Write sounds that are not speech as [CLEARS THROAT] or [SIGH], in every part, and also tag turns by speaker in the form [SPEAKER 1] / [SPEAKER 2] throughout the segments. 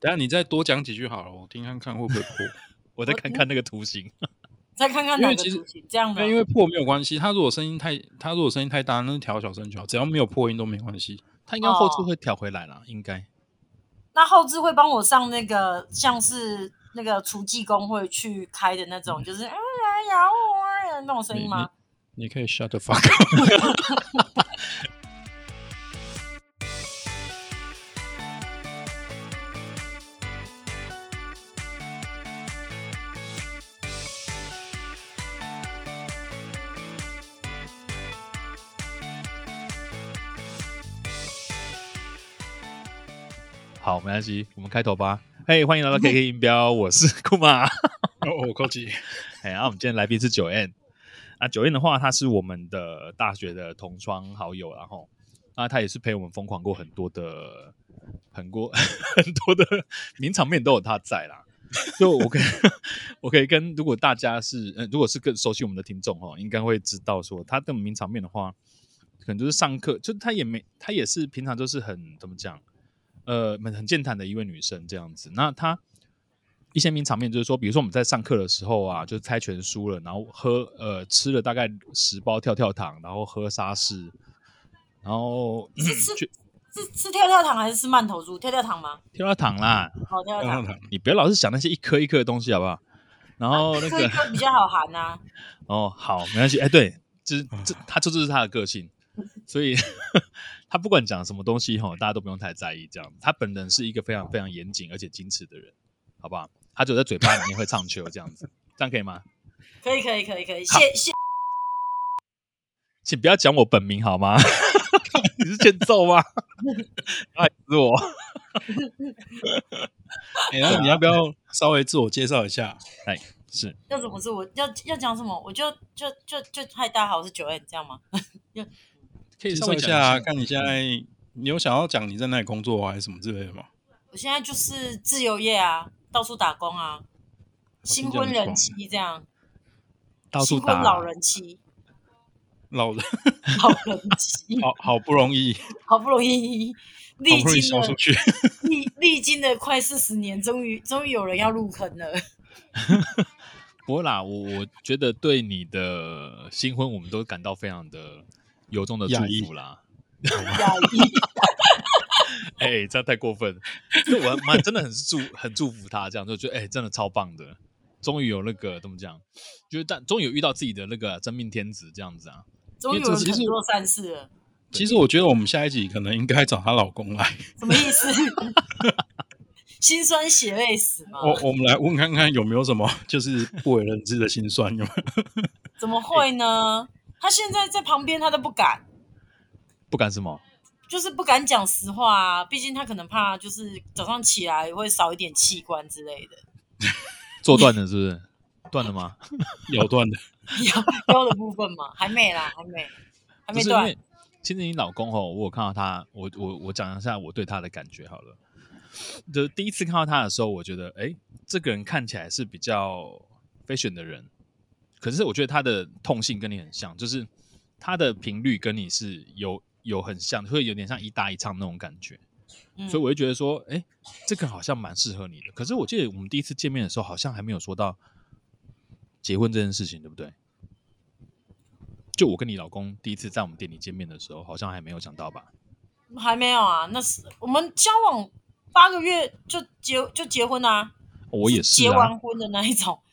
[SPEAKER 1] 等下你再多讲几句好了，我听看看会不会破。
[SPEAKER 2] [LAUGHS]
[SPEAKER 3] 我再看看那个图形，
[SPEAKER 2] 再看看
[SPEAKER 1] 因
[SPEAKER 2] 哪
[SPEAKER 1] 为
[SPEAKER 2] 个
[SPEAKER 1] 其实
[SPEAKER 2] 图形这样
[SPEAKER 1] 那
[SPEAKER 2] 的，
[SPEAKER 1] 因为破没有关系，他如果声音太，他如果声音太大，那就调小声就好，只要没有破音都没关系。
[SPEAKER 3] 它应该后置会调回来啦，应该。
[SPEAKER 2] 那后置会帮我上那个像是那个厨技工会去开的那种，就是哎呀咬我啊那种声
[SPEAKER 1] 嗯
[SPEAKER 2] 音吗？
[SPEAKER 1] 你可以 shut the fuck up。
[SPEAKER 3] 好，没关系，我们开头吧。嘿、欢迎来到 KK 音标，我是 [LAUGHS] 库玛。
[SPEAKER 2] [LAUGHS]
[SPEAKER 1] 哦，我高级。
[SPEAKER 3] 哎，那、我们今天来宾是九 N。啊，九 N 的话，他是我们的大学的同窗好友，然后啊，他也是陪我们疯狂过很多的、很多很多的名场面都有他在啦。就我可以， [LAUGHS] 我可以跟如果大家是，呃，如果是更熟悉我们的听众哦，应该会知道说他的名场面的话，可能就是上课，就他也没，他也是平常就是很怎么讲，呃，很很健谈的一位女生这样子。那她一些名场面就是说，比如说我们在上课的时候啊，就是猜拳输了，然后喝呃吃了大概十包跳跳糖，然后喝沙士，然后
[SPEAKER 2] 是
[SPEAKER 3] [CLEARS THROAT]
[SPEAKER 2] 是
[SPEAKER 1] 嗯
[SPEAKER 2] 是是跳跳糖还是吃馒头猪？跳跳糖吗？
[SPEAKER 3] 跳跳糖啦，
[SPEAKER 2] 好，跳跳糖，
[SPEAKER 1] 嗯
[SPEAKER 3] 你不要老是想那些一颗一颗的东西好不好？然后那
[SPEAKER 2] 这一
[SPEAKER 3] 个
[SPEAKER 2] 颗比较好含啊。
[SPEAKER 3] 哦，好，没关系，哎， [LAUGHS] 对，这这他这就是他的个
[SPEAKER 2] [LAUGHS]
[SPEAKER 3] 性，所以 [LAUGHS] 他不管讲什么东西哈，大家都不用太在意，这样他本人是一个非常非常严谨而且矜持的人，好不好？他只有在嘴巴里面会唱秋这样子，这样可以吗？
[SPEAKER 2] 可以可以可以可以，谢谢
[SPEAKER 3] 请不要讲我本名好吗？ [LAUGHS] 你是欠揍 [LAUGHS] 啊吗？爱死我！
[SPEAKER 1] 哎，那你要不要稍微自我介绍一下？
[SPEAKER 3] 是
[SPEAKER 2] 要怎么是我要要讲什么？我就就就就嗨，大家好，我是九 N，这样吗？
[SPEAKER 3] 可以
[SPEAKER 1] 介
[SPEAKER 3] 稍
[SPEAKER 1] 绍
[SPEAKER 3] 微
[SPEAKER 1] 一
[SPEAKER 3] 讲
[SPEAKER 1] 下，啊看你现在你有想要讲你在那里工作啊还是什么之类的吗？
[SPEAKER 2] 我现在就是自由业啊，到处打工
[SPEAKER 1] 哦
[SPEAKER 2] 啊，新婚人妻这样，
[SPEAKER 3] 到处
[SPEAKER 2] 新婚
[SPEAKER 3] 打
[SPEAKER 2] 老人妻，
[SPEAKER 1] 老人
[SPEAKER 2] 老人妻，
[SPEAKER 1] 好好不容易，好
[SPEAKER 2] 好不容易历
[SPEAKER 1] 不容易
[SPEAKER 2] 经
[SPEAKER 1] 烧出
[SPEAKER 2] 了 [LAUGHS]
[SPEAKER 1] 去，
[SPEAKER 2] 历历经了快四十年，终于终于有人要入坑了。
[SPEAKER 3] 不会啦，我我觉得对你的新婚，我们都感到非常的由衷的祝
[SPEAKER 1] 讶异
[SPEAKER 3] 福啦。
[SPEAKER 2] 压抑
[SPEAKER 3] [LAUGHS] 哎、这样太过分了，就我蛮真的很是祝很祝福他，这样就觉得哎、真的超棒的，终于有那个怎么讲，就是但终于有遇到自己的那个真命天子这样子啊。
[SPEAKER 2] 终于有人肯做善事了，
[SPEAKER 1] 其实我觉得我们下一集可能应该找她老公来，
[SPEAKER 2] 什么意思？ [LAUGHS] 心酸血泪史吗？
[SPEAKER 1] 我我们来问看看有没有什么就是不为人知的心酸，有没有？
[SPEAKER 2] 怎么会呢？他现在在旁边，他都不敢，
[SPEAKER 3] 不敢什么，
[SPEAKER 2] 就是不敢讲实话啊。毕竟他可能怕，就是早上起来会少一点器官之类的， [LAUGHS]
[SPEAKER 3] 做断了是不是？断了吗？
[SPEAKER 2] [LAUGHS]
[SPEAKER 1] 咬断的，
[SPEAKER 2] 腰腰的部分嘛，还没啦，还没，还
[SPEAKER 3] 不
[SPEAKER 2] 没
[SPEAKER 3] 是因
[SPEAKER 2] 断
[SPEAKER 3] 为。其实你老公哦，我有看到他，我我我讲一下我对他的感觉好了。就是第一次看到他的时候，我觉得哎、这个人看起来是比较 fashion 的人，可是我觉得他的痛性跟你很像，就是他的频率跟你是有有很像，会有点像一搭一唱那种感觉。
[SPEAKER 2] 嗯
[SPEAKER 3] 所以我就觉得说，哎、这个好像蛮适合你的。可是我记得我们第一次见面的时候，好像还没有说到结婚这件事情，对不对？就我跟你老公第一次在我们店里见面的时候，好像还没有讲到吧？
[SPEAKER 2] 还没有啊，那是我们交往八个月就结就结婚啊，
[SPEAKER 3] 我也
[SPEAKER 2] 结
[SPEAKER 3] 是啊
[SPEAKER 2] 完，婚的那一种。
[SPEAKER 3] [LAUGHS]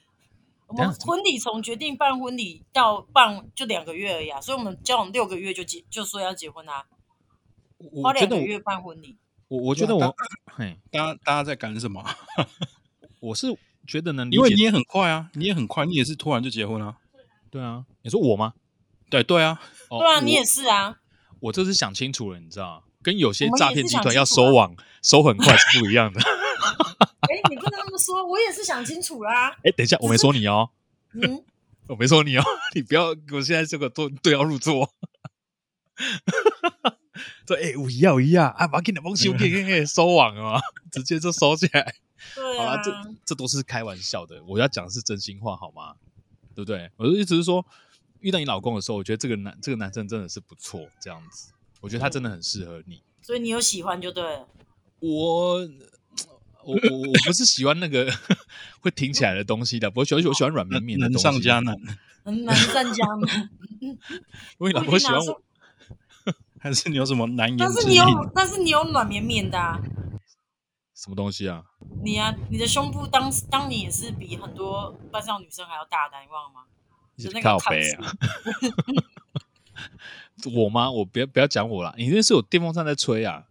[SPEAKER 2] 我
[SPEAKER 3] 等
[SPEAKER 2] 们
[SPEAKER 3] 一下
[SPEAKER 2] 婚礼从决定办婚礼到办就两个月而已啊，所以我们交往六个月就结就说要结婚啊，
[SPEAKER 3] 我
[SPEAKER 2] 花
[SPEAKER 3] 我觉
[SPEAKER 2] 两
[SPEAKER 3] 得我
[SPEAKER 2] 个月办婚礼。
[SPEAKER 3] 我我觉得我
[SPEAKER 1] 哇，
[SPEAKER 3] 嘿，
[SPEAKER 1] 大家大家在赶什么啊？
[SPEAKER 3] 我是觉得 [LAUGHS] 能理
[SPEAKER 1] 因为你
[SPEAKER 3] 解，
[SPEAKER 1] 也很快啊，你也很快，你也是突然就结婚啊？
[SPEAKER 3] 对啊，你说我吗？
[SPEAKER 1] 对对啊，
[SPEAKER 3] 哦
[SPEAKER 2] 对啊，
[SPEAKER 3] 我
[SPEAKER 2] 你也是啊，
[SPEAKER 3] 我这是想清楚了，你知道，跟有些
[SPEAKER 2] 我们
[SPEAKER 3] 诈
[SPEAKER 2] 也
[SPEAKER 3] 骗
[SPEAKER 2] 是
[SPEAKER 3] 集
[SPEAKER 2] 想
[SPEAKER 3] 团
[SPEAKER 2] 清
[SPEAKER 3] 要
[SPEAKER 2] 楚
[SPEAKER 3] 收
[SPEAKER 2] 啊
[SPEAKER 3] 网收很快是不一样的。
[SPEAKER 2] 哎、你不能这么说，我也是想清楚
[SPEAKER 3] [LAUGHS]
[SPEAKER 2] 啦。
[SPEAKER 3] [LAUGHS] 哎，等一下，我没说你哦，
[SPEAKER 2] 嗯，
[SPEAKER 3] 我没说你哦， [LAUGHS] 你不要，我现在这个对对号入座。 [LAUGHS] 说哎，我一样我一样啊，把给你的东西我给给给收网啊， [LAUGHS] 直接就收起来。
[SPEAKER 2] 对
[SPEAKER 3] 好
[SPEAKER 2] 啊
[SPEAKER 3] 啦，，这这都是开玩笑的，我要讲的是真心话，好吗？对不对？我的意思是说，遇到你老公的时候，我觉得这个男这个男生真的是不错，这样子，我觉得他真的很适合你。
[SPEAKER 2] 所以你有喜欢就对了。
[SPEAKER 3] 我我我我不是喜欢那个 [LAUGHS] 会挺起来的东西的，我喜欢我喜欢软绵绵的
[SPEAKER 1] 难
[SPEAKER 3] 东西。
[SPEAKER 1] 上加难，
[SPEAKER 2] 很难上加
[SPEAKER 3] [LAUGHS]
[SPEAKER 2] 难。
[SPEAKER 3] 因为老婆喜欢我，
[SPEAKER 1] 还是你有什么难言
[SPEAKER 2] 但是
[SPEAKER 1] 之
[SPEAKER 2] 你
[SPEAKER 1] 隐？
[SPEAKER 2] 有，但是你有软绵绵的、啊，
[SPEAKER 3] 什么东西啊？
[SPEAKER 2] 你啊，你的胸部当当年也是比很多班上女生还要大的，啊你忘了吗？就那个
[SPEAKER 3] 靠
[SPEAKER 2] 抗
[SPEAKER 3] 背啊
[SPEAKER 2] 性！
[SPEAKER 3] 我吗？我不要不要讲我啦，你那是有电风扇在吹啊，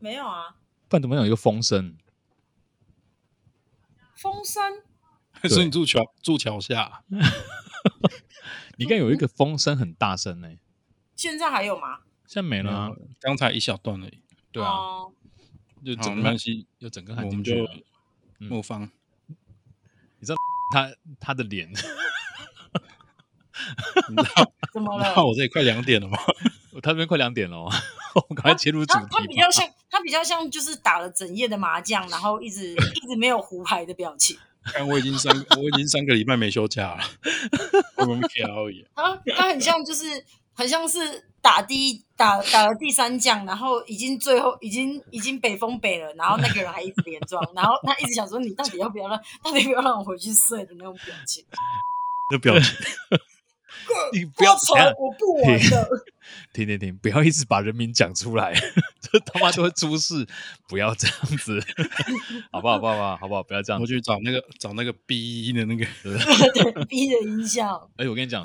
[SPEAKER 2] 没有啊，
[SPEAKER 3] 不然怎么会有一个风声？
[SPEAKER 2] 风扇
[SPEAKER 1] 还是你住桥住桥下？啊
[SPEAKER 3] 你应该有一个风声很大声呢、
[SPEAKER 2] 现在还有吗？
[SPEAKER 3] 现在没了、啊。
[SPEAKER 1] 刚才一小段而已。
[SPEAKER 3] 对啊，
[SPEAKER 2] 哦
[SPEAKER 3] 就
[SPEAKER 1] 好，
[SPEAKER 3] 整
[SPEAKER 1] 没
[SPEAKER 3] 个
[SPEAKER 1] 关系，
[SPEAKER 3] 又整个
[SPEAKER 1] 我
[SPEAKER 3] 喊进
[SPEAKER 1] 们
[SPEAKER 3] 去
[SPEAKER 1] 就
[SPEAKER 3] 了。嗯
[SPEAKER 1] 莫方。
[SPEAKER 3] 他他的脸， [LAUGHS]
[SPEAKER 1] 你知道
[SPEAKER 2] 怎么
[SPEAKER 1] 你
[SPEAKER 2] 了
[SPEAKER 3] [LAUGHS]
[SPEAKER 1] 知？道我这里快两点了吗？
[SPEAKER 3] 他这边快两点了哦， [LAUGHS] 我们赶快切入主
[SPEAKER 2] 他
[SPEAKER 3] 题吧。
[SPEAKER 2] 他比较像，他比较像就是打了整夜的麻将，然后一直一直没有胡牌的表情。
[SPEAKER 1] 看我已经三我已经三个礼拜没休假了，我们飘
[SPEAKER 3] 啊
[SPEAKER 1] 也
[SPEAKER 2] 他他很像就是很像是打第一打打了第三将，然后已经最后已经已经北风北了，然后那个人还一直连庄，然后他一直想说你到底要不要让到底要不要让我回去睡的那种表情。
[SPEAKER 1] 的表
[SPEAKER 3] [LAUGHS]
[SPEAKER 1] 情。
[SPEAKER 3] 你不要
[SPEAKER 2] 愁
[SPEAKER 3] 等一下，
[SPEAKER 2] 我不玩了。
[SPEAKER 3] 停停停，不要一直把人名讲出来， [LAUGHS] 这他妈就会出事。不要这样子， [LAUGHS] 好不好？好不好？好不好？不要这样
[SPEAKER 1] 我
[SPEAKER 3] 子。
[SPEAKER 1] 去找那个找那个 B 的那个， [LAUGHS]
[SPEAKER 2] [LAUGHS] 对，逼的音效。
[SPEAKER 3] 哎而且我跟你讲，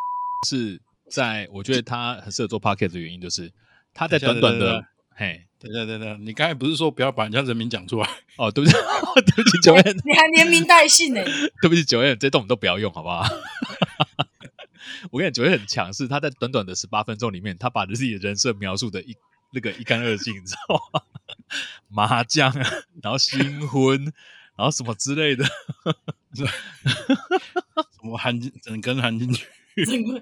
[SPEAKER 3] 是在我觉得他很适合做 podcast 的原因，就是他在
[SPEAKER 1] 等一
[SPEAKER 3] 短
[SPEAKER 1] 下等
[SPEAKER 3] 短
[SPEAKER 1] 一
[SPEAKER 3] 的
[SPEAKER 1] 下
[SPEAKER 3] 嘿
[SPEAKER 1] 等等等等，你刚才不是说不要把人家人名讲出来？
[SPEAKER 3] 哦，对不起， [LAUGHS] 对不
[SPEAKER 2] [LAUGHS]
[SPEAKER 3] 起，九燕，
[SPEAKER 2] 你还连名带姓呢、
[SPEAKER 3] 对不起，九燕，这段我们都不要用，好不好？ [LAUGHS] 我跟你讲，九燕很强势，他在短短的十八分钟里面，他把自己的人设描述的一那个一干二净，你知道吗？ [LAUGHS] 麻将，啊然后新婚，然后什么之类的，
[SPEAKER 1] 什么含进整根含进去？
[SPEAKER 2] 整个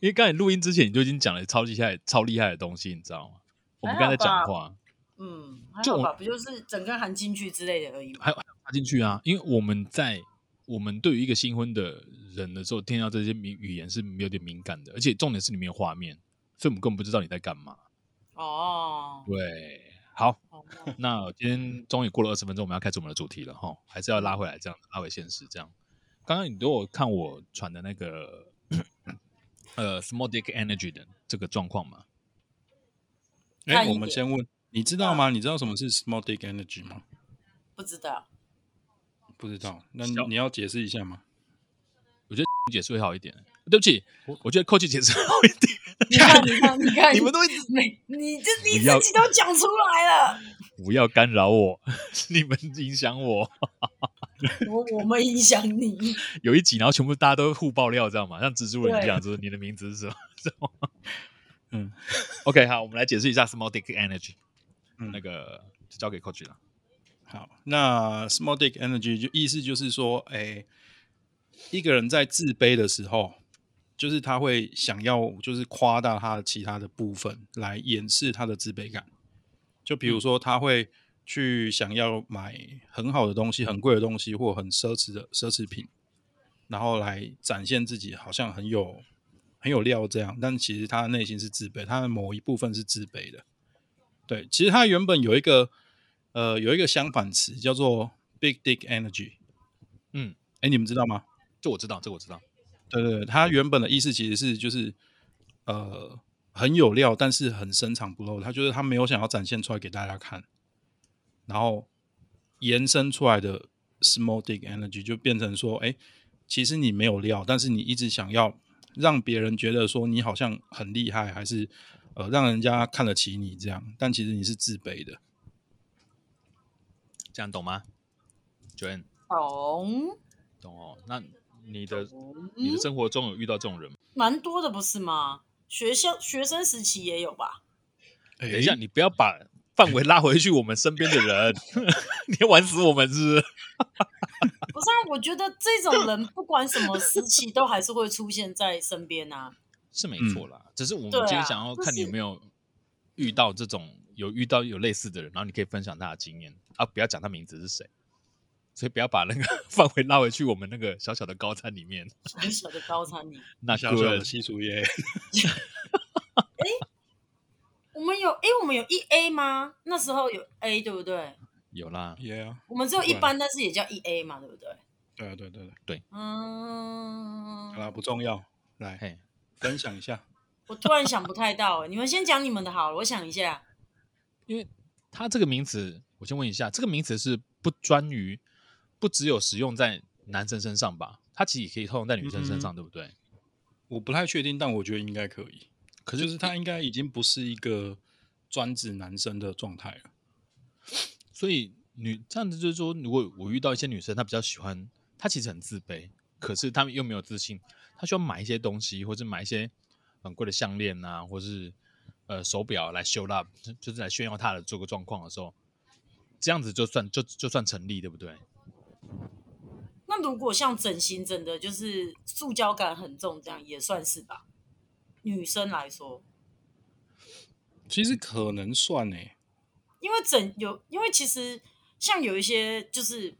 [SPEAKER 3] 因为刚才录音之前你就已经讲了超厉害、超厉害的东西，你知道吗？我们刚才在讲话，
[SPEAKER 2] [LAUGHS] 嗯，还
[SPEAKER 3] 就
[SPEAKER 2] 好
[SPEAKER 3] 我
[SPEAKER 2] 吧，不就是整根含进去之类的而已嘛。
[SPEAKER 3] 还有插进去啊，因为我们在我们对于一个新婚的人的时候，听到这些名语言是有点敏感的，而且重点是你没有画面，所以我们根本不知道你在干嘛。
[SPEAKER 2] 哦，
[SPEAKER 3] 对，好，
[SPEAKER 2] 哦
[SPEAKER 3] 那今天终于过了二十分钟，我们要开始我们的主题了哈，还是要拉回来这样，拉回现实这样。刚刚你都有看我传的那个呃 small dick energy 的这个状况嘛？
[SPEAKER 1] 哎、
[SPEAKER 2] 看一
[SPEAKER 1] 我
[SPEAKER 2] 点啊
[SPEAKER 1] 们先问，你知道吗？你知道什么是 small dick energy 吗？
[SPEAKER 2] 不知 [LAUGHS] 道，
[SPEAKER 1] 不知道，那
[SPEAKER 3] 小
[SPEAKER 1] 你要解释一下吗？
[SPEAKER 3] 解释会好一点。对不起，我觉得扣 o 解释会好一点。
[SPEAKER 2] 你看，你看，你看，
[SPEAKER 3] 你们都一
[SPEAKER 2] [LAUGHS]
[SPEAKER 3] 直
[SPEAKER 2] 没，你这你
[SPEAKER 3] 不要
[SPEAKER 2] 自己都讲出来了，
[SPEAKER 3] 不要干扰我， [LAUGHS] 你们影响我。
[SPEAKER 2] 我我们影响你， [LAUGHS]
[SPEAKER 3] 有一集，然后全部大家都互爆料，知道吗？像蜘蛛人
[SPEAKER 2] 对
[SPEAKER 3] 一样，就是你的名字是什么？知道吗？
[SPEAKER 1] 嗯
[SPEAKER 3] [LAUGHS] ，OK，好，我们来解释一下 small dick energy，、
[SPEAKER 1] 嗯
[SPEAKER 3] 那个就交给 Coach 了。
[SPEAKER 1] 好，那 small dick energy 就意思就是说，哎、一个人在自卑的时候，就是他会想要就是夸大他的其他的部分来掩饰他的自卑感。就比如说，他会去想要买很好的东西、很贵的东西或很奢侈的奢侈品，然后来展现自己好像很有很有料这样，但其实他的内心是自卑，他的某一部分是自卑的。对，其实它原本有一个呃有一个相反词叫做 big dick energy，
[SPEAKER 3] 嗯，
[SPEAKER 1] 哎，你们知道吗？
[SPEAKER 3] 这我知道，这我知道。
[SPEAKER 1] 对对对，它原本的意思其实是就是呃很有料，但是很深藏不露。他就是他没有想要展现出来给大家看，然后延伸出来的 small dick energy 就变成说，哎，其实你没有料，但是你一直想要让别人觉得说你好像很厉害，还是呃让人家看得起你这样，但其实你是自卑的。
[SPEAKER 3] 这样懂吗？Joan，
[SPEAKER 2] 懂，
[SPEAKER 3] 懂哦。那你的你的生活中有遇到这种人吗？
[SPEAKER 2] 蛮多的不是吗？学校学生时期也有吧？
[SPEAKER 1] 等
[SPEAKER 3] 等一下，你不要把范围拉回去我们身边
[SPEAKER 1] [LAUGHS]
[SPEAKER 3] 的人，你要玩死我们是
[SPEAKER 1] 嗯
[SPEAKER 3] 不是？
[SPEAKER 2] 不是啊，我觉得这种人不管什么时期都还是会出现在身边啊。
[SPEAKER 3] 是没
[SPEAKER 1] 嗯
[SPEAKER 3] 错啦，只是我们
[SPEAKER 2] 对
[SPEAKER 3] 今天
[SPEAKER 2] 啊
[SPEAKER 3] 想要
[SPEAKER 2] 就
[SPEAKER 3] 看你有
[SPEAKER 2] 是
[SPEAKER 3] 没有遇到这种有遇到有类似的人，然后你可以分享他的经验啊，不要讲他名字是谁，所以不要把那个 [LAUGHS] 范围拉回去我们那个小小的高餐里面。
[SPEAKER 2] 小小的高餐里，
[SPEAKER 3] 那
[SPEAKER 1] 小小的
[SPEAKER 3] good，
[SPEAKER 1] 西楚耶，
[SPEAKER 2] 我们有诶，我们有一 A 吗？那时候有 A 对不对？
[SPEAKER 3] 有啦，
[SPEAKER 1] ，Yeah，
[SPEAKER 2] 我们只有一班，但是也叫一 A 嘛，对不对？
[SPEAKER 1] 对啊，对对对，
[SPEAKER 2] 嗯
[SPEAKER 1] 好，啦，不重要，来
[SPEAKER 3] 嘿，
[SPEAKER 1] 分享一下。
[SPEAKER 2] 我突然想不太到欸，你们先讲你们的好了，我想一下。
[SPEAKER 3] 因为它这个名词，我先问一下，这个名词是不专于，不只有使用在男生身上吧？它其实也可以套用在女生身上，对不对？
[SPEAKER 1] 我不太确定，但我觉得应该可以。
[SPEAKER 3] 可
[SPEAKER 1] 就是是它应该已经不是一个专指男生的状态了。
[SPEAKER 3] 所以女这样子就是说，如果我遇到一些女生，她比较喜欢，她其实很自卑，可是她们又没有自信，她需要买一些东西，或者买一些很贵的项链啊，或是呃手表来 show up，就就是来炫耀她的这个状况的时候，这样子就算就就算成立，对不对？
[SPEAKER 2] 那如果像整形整的，就是塑胶感很重，这样也算是吧？女生来说，
[SPEAKER 1] 其实可能算欸诶、
[SPEAKER 2] 因为整有，因为其实像有一些就是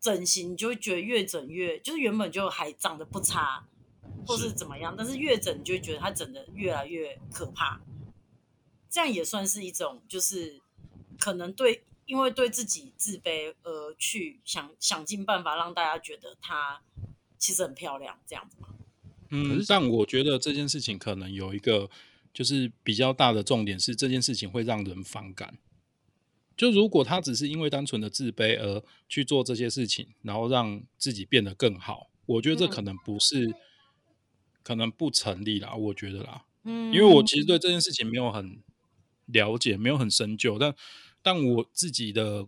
[SPEAKER 2] 整形，你就会觉得越整越，就是原本就还长得不差，或是
[SPEAKER 3] 是
[SPEAKER 2] 怎么样，但是越整你就会觉得它整的越来越可怕。这样也算是一种，就是可能对，因为对自己自卑而去想想尽办法让大家觉得她其实很漂亮，这样子嘛。
[SPEAKER 1] 嗯，但我觉得这件事情可能有一个就是比较大的重点是这件事情会让人反感。就如果他只是因为单纯的自卑而去做这些事情，然后让自己变得更好，我觉得这
[SPEAKER 2] 嗯
[SPEAKER 1] 可能不是，可能不成立啦。我觉得啦，
[SPEAKER 2] 嗯，
[SPEAKER 1] 因为我其实对这件事情没有很了解，没有很深究，但但我自己的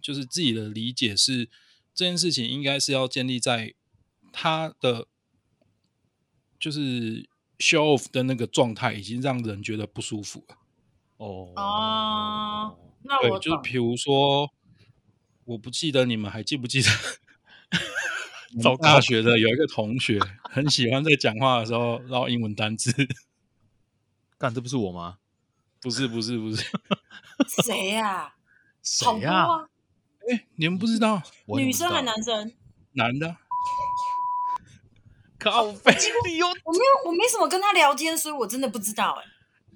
[SPEAKER 1] 就是自己的理解是，这件事情应该是要建立在他的就是 show off 的那个状态已经让人觉得不舒服了。
[SPEAKER 3] 哦。
[SPEAKER 2] 哦那
[SPEAKER 1] 对
[SPEAKER 2] 我，
[SPEAKER 1] 就是
[SPEAKER 2] 懂
[SPEAKER 1] 比如说，我不记得你们还记不记得到
[SPEAKER 3] 糟糕
[SPEAKER 1] 大学的有一个同学，很喜欢在讲话的时候绕英文单字。
[SPEAKER 3] 干这不是我吗？
[SPEAKER 1] [LAUGHS] 不是，不是，不是， [LAUGHS]
[SPEAKER 2] 谁呀、
[SPEAKER 3] 谁
[SPEAKER 2] 好多
[SPEAKER 3] 呀、
[SPEAKER 2] 啊，
[SPEAKER 1] 哎，你们不知道，
[SPEAKER 3] 我怎么
[SPEAKER 2] 女
[SPEAKER 3] 知
[SPEAKER 2] 生还
[SPEAKER 3] 道
[SPEAKER 2] 男生？
[SPEAKER 1] 男的，啊
[SPEAKER 3] 靠背，你
[SPEAKER 2] [LAUGHS]
[SPEAKER 3] 又
[SPEAKER 2] 我没有，我没什么跟他聊天，所以我真的不知道哎、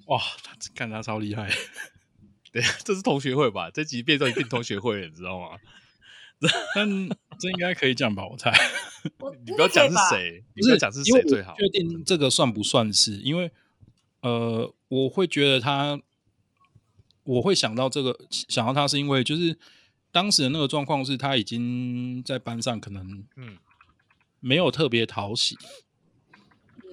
[SPEAKER 1] 哇，他看他超厉害， [LAUGHS]
[SPEAKER 3] 等一下，啊这是同学会吧？这集变成变同学会了，你知道吗？
[SPEAKER 1] 但这应该可以讲吧？我猜，
[SPEAKER 2] 我
[SPEAKER 3] [LAUGHS] 你不要讲是，谁，
[SPEAKER 1] [LAUGHS]
[SPEAKER 3] 你不要讲是
[SPEAKER 1] 因为我
[SPEAKER 3] 谁最好。
[SPEAKER 1] 确定这个算不算是？因为呃，我会觉得他，我会想到这个，想到他是因为就是当时的那个状况是他已经在班上可能
[SPEAKER 3] 嗯，
[SPEAKER 1] 没有特别讨喜，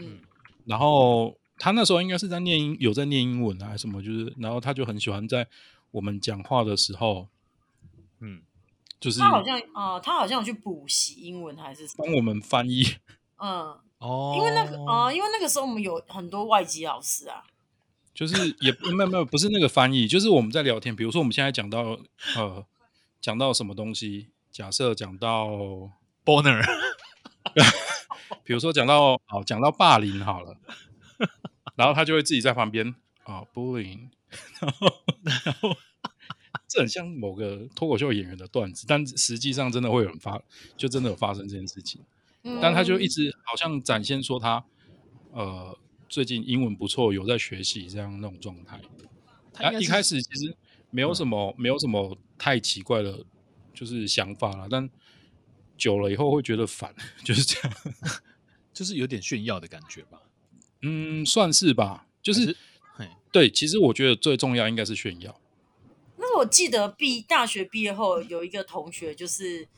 [SPEAKER 2] 嗯
[SPEAKER 1] 然后他那时候应该是在念英，有在念英文啊还是什么，就是然后他就很喜欢在我们讲话的时候，
[SPEAKER 3] 嗯，
[SPEAKER 1] 就是
[SPEAKER 2] 他好像哦、他好像有去补习英文还是什么？
[SPEAKER 1] 帮我们翻译。
[SPEAKER 2] 嗯，
[SPEAKER 3] 哦，
[SPEAKER 2] 因为那个哦、因为那个时候我们有很多外籍老师啊，
[SPEAKER 1] 嗯就是也没有没有不是那个翻译，就是我们在聊天，比如说我们现在讲到呃讲到什么东西，假设讲到，
[SPEAKER 3] [LAUGHS] Bonner，
[SPEAKER 1] 比如说讲到好讲到霸凌好了，然后他就会自己在旁边啊 bullying，然 [LAUGHS] 后然后这很像某个脱口秀演员的段子，但实际上真的会有人发，就真的有发生这件事情，
[SPEAKER 2] 嗯、
[SPEAKER 1] 但他就一直好像展现说他呃最近英文不错，有在学习这样那种状态。
[SPEAKER 2] 啊
[SPEAKER 1] 他啊一开
[SPEAKER 3] 始
[SPEAKER 1] 始其实没有什么、没有什么太奇怪的，就是想法啦，但久了以后会觉得烦， [LAUGHS] 就是这样。
[SPEAKER 3] 就是有点炫耀的感觉吧，
[SPEAKER 1] 嗯，算是吧，就
[SPEAKER 3] 就是嘿，
[SPEAKER 1] 对。其实我觉得最重要应该是炫耀。
[SPEAKER 2] 但是我记得毕大学毕业后有一个同学就是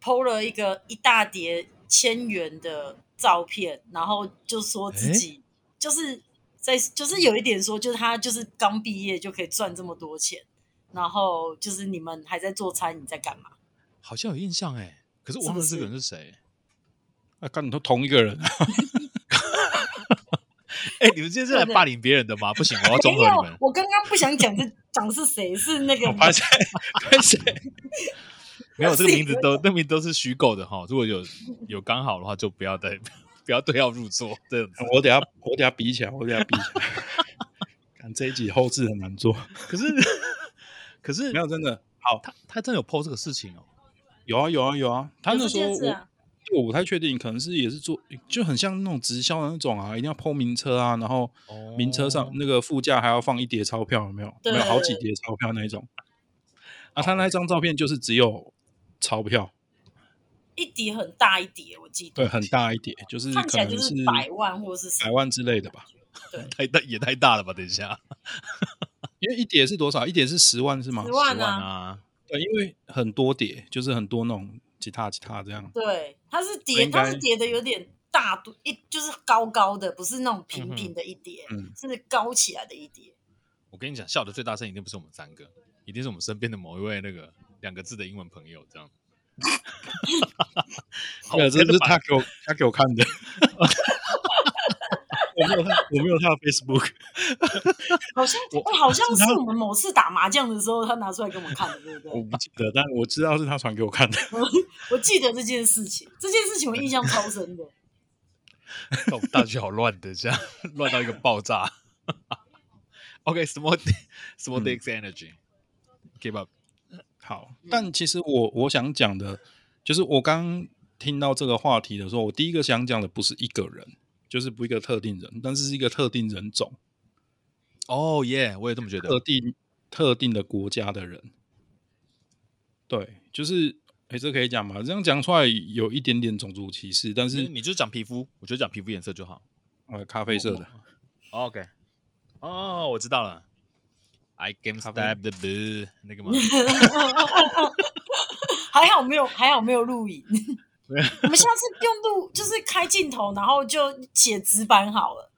[SPEAKER 2] 偷了一个一大叠千元的照片，然后就说自己就是在就是有一点说，就是他就是刚毕业就可以赚这么多钱，然后就是你们还在做餐饮在干嘛？
[SPEAKER 3] 好像有印象哎，可是我忘了这个人是谁。
[SPEAKER 1] 啊，看你都同一个人，
[SPEAKER 3] [LAUGHS]
[SPEAKER 1] 啊
[SPEAKER 3] 哎，你们今天是来霸凌别人的吗？不
[SPEAKER 2] [LAUGHS]
[SPEAKER 3] 行，我要综
[SPEAKER 2] 没
[SPEAKER 3] 合你
[SPEAKER 2] 有
[SPEAKER 3] 们，。
[SPEAKER 2] 我刚刚不想讲是讲是谁，是那个
[SPEAKER 1] 发
[SPEAKER 3] [LAUGHS]
[SPEAKER 1] 现发现
[SPEAKER 2] [LAUGHS]
[SPEAKER 3] 没有这个名字都，那名字都是虚构的哈。如果有有刚好的话，就不要再 [LAUGHS] 不要对号入座这样子。
[SPEAKER 1] 我等下我等下比起来，我等下比起来。 [LAUGHS] 看这一集后置很难做，
[SPEAKER 3] 可是可是
[SPEAKER 1] 没有真的好
[SPEAKER 3] 他他真的有 PO 这个事情哦。
[SPEAKER 1] 有啊有啊有啊。他那时候
[SPEAKER 2] 有这件事
[SPEAKER 1] 我、
[SPEAKER 2] 啊
[SPEAKER 1] 我不太确定，可能是也是做就很像那种直销的那种啊，一定要抛名车啊，然后
[SPEAKER 3] 哦
[SPEAKER 1] 名车上那个副驾还要放一叠钞票，有没有？
[SPEAKER 2] 哦对
[SPEAKER 1] 没有好几叠钞票那一种。啊，他那张照片就是只有钞票，
[SPEAKER 2] 一叠很大一叠，我记得
[SPEAKER 1] 对，很大一叠，就是
[SPEAKER 2] 看起
[SPEAKER 1] 可
[SPEAKER 2] 来就
[SPEAKER 1] 能
[SPEAKER 2] 是百万或是什
[SPEAKER 1] 百
[SPEAKER 2] 么
[SPEAKER 1] 万之类的吧。
[SPEAKER 3] 太大也太大了吧？等一下，
[SPEAKER 1] 因为一叠是多少？一叠是十万是吗
[SPEAKER 2] 十？万
[SPEAKER 3] 10万
[SPEAKER 2] 啊。
[SPEAKER 3] [LAUGHS] 啊，
[SPEAKER 1] 对，因为很多叠，就是很多那种吉他吉他这样。
[SPEAKER 2] 对，它是
[SPEAKER 1] 那
[SPEAKER 2] 叠，
[SPEAKER 1] 应该
[SPEAKER 2] 它是叠的有点大度一，就是高高的，不是那种平平的一叠，
[SPEAKER 1] 嗯哼
[SPEAKER 2] 是高起来的一叠。
[SPEAKER 3] 我跟你讲，笑的最大声一定不是我们三个，一定是我们身边的某一位那个两个字的英文朋友这 [LAUGHS] 样。好
[SPEAKER 1] 对，这
[SPEAKER 3] 真的
[SPEAKER 1] 是
[SPEAKER 3] 把
[SPEAKER 1] 他给我他给我看的。 [LAUGHS] 我没有他，我没有他的 Facebook。
[SPEAKER 2] 好像
[SPEAKER 3] 我
[SPEAKER 2] 哎、好像是我们某次打麻将的时候，他拿出来给我们看的，对不
[SPEAKER 1] 我
[SPEAKER 2] 对？
[SPEAKER 1] 不记得，但我知道是他传给我看的。
[SPEAKER 2] 我记得这件事情，这件事情我印象超深的。
[SPEAKER 3] 我们大学好乱的，这样乱到一个爆炸。OK，small、small dicks energy give up。
[SPEAKER 1] 好
[SPEAKER 2] 嗯，
[SPEAKER 1] 但其实我我想讲的，就是我刚听到这个话题的时候，我第一个想讲的不是一个人，就是不一个特定人，但是是一个特定人种、
[SPEAKER 3] 哦耶，我也这么觉得。
[SPEAKER 1] 特定特定的国家的人。对，就是哎，这可以讲吗？这样讲出来有一点点种族歧视，但
[SPEAKER 3] 你
[SPEAKER 1] 是
[SPEAKER 3] 你就讲皮肤，我觉得讲皮肤颜色就好。
[SPEAKER 1] 呃，咖啡色的，
[SPEAKER 3] 哦 OK，哦，我知道了。I can
[SPEAKER 1] 咖啡
[SPEAKER 3] stab the boo，那个吗？
[SPEAKER 2] 还好没有，还好没有录影。 [LAUGHS] 我们下次用录，就是开镜头，然后就写纸板
[SPEAKER 3] [LAUGHS]
[SPEAKER 2] 好了。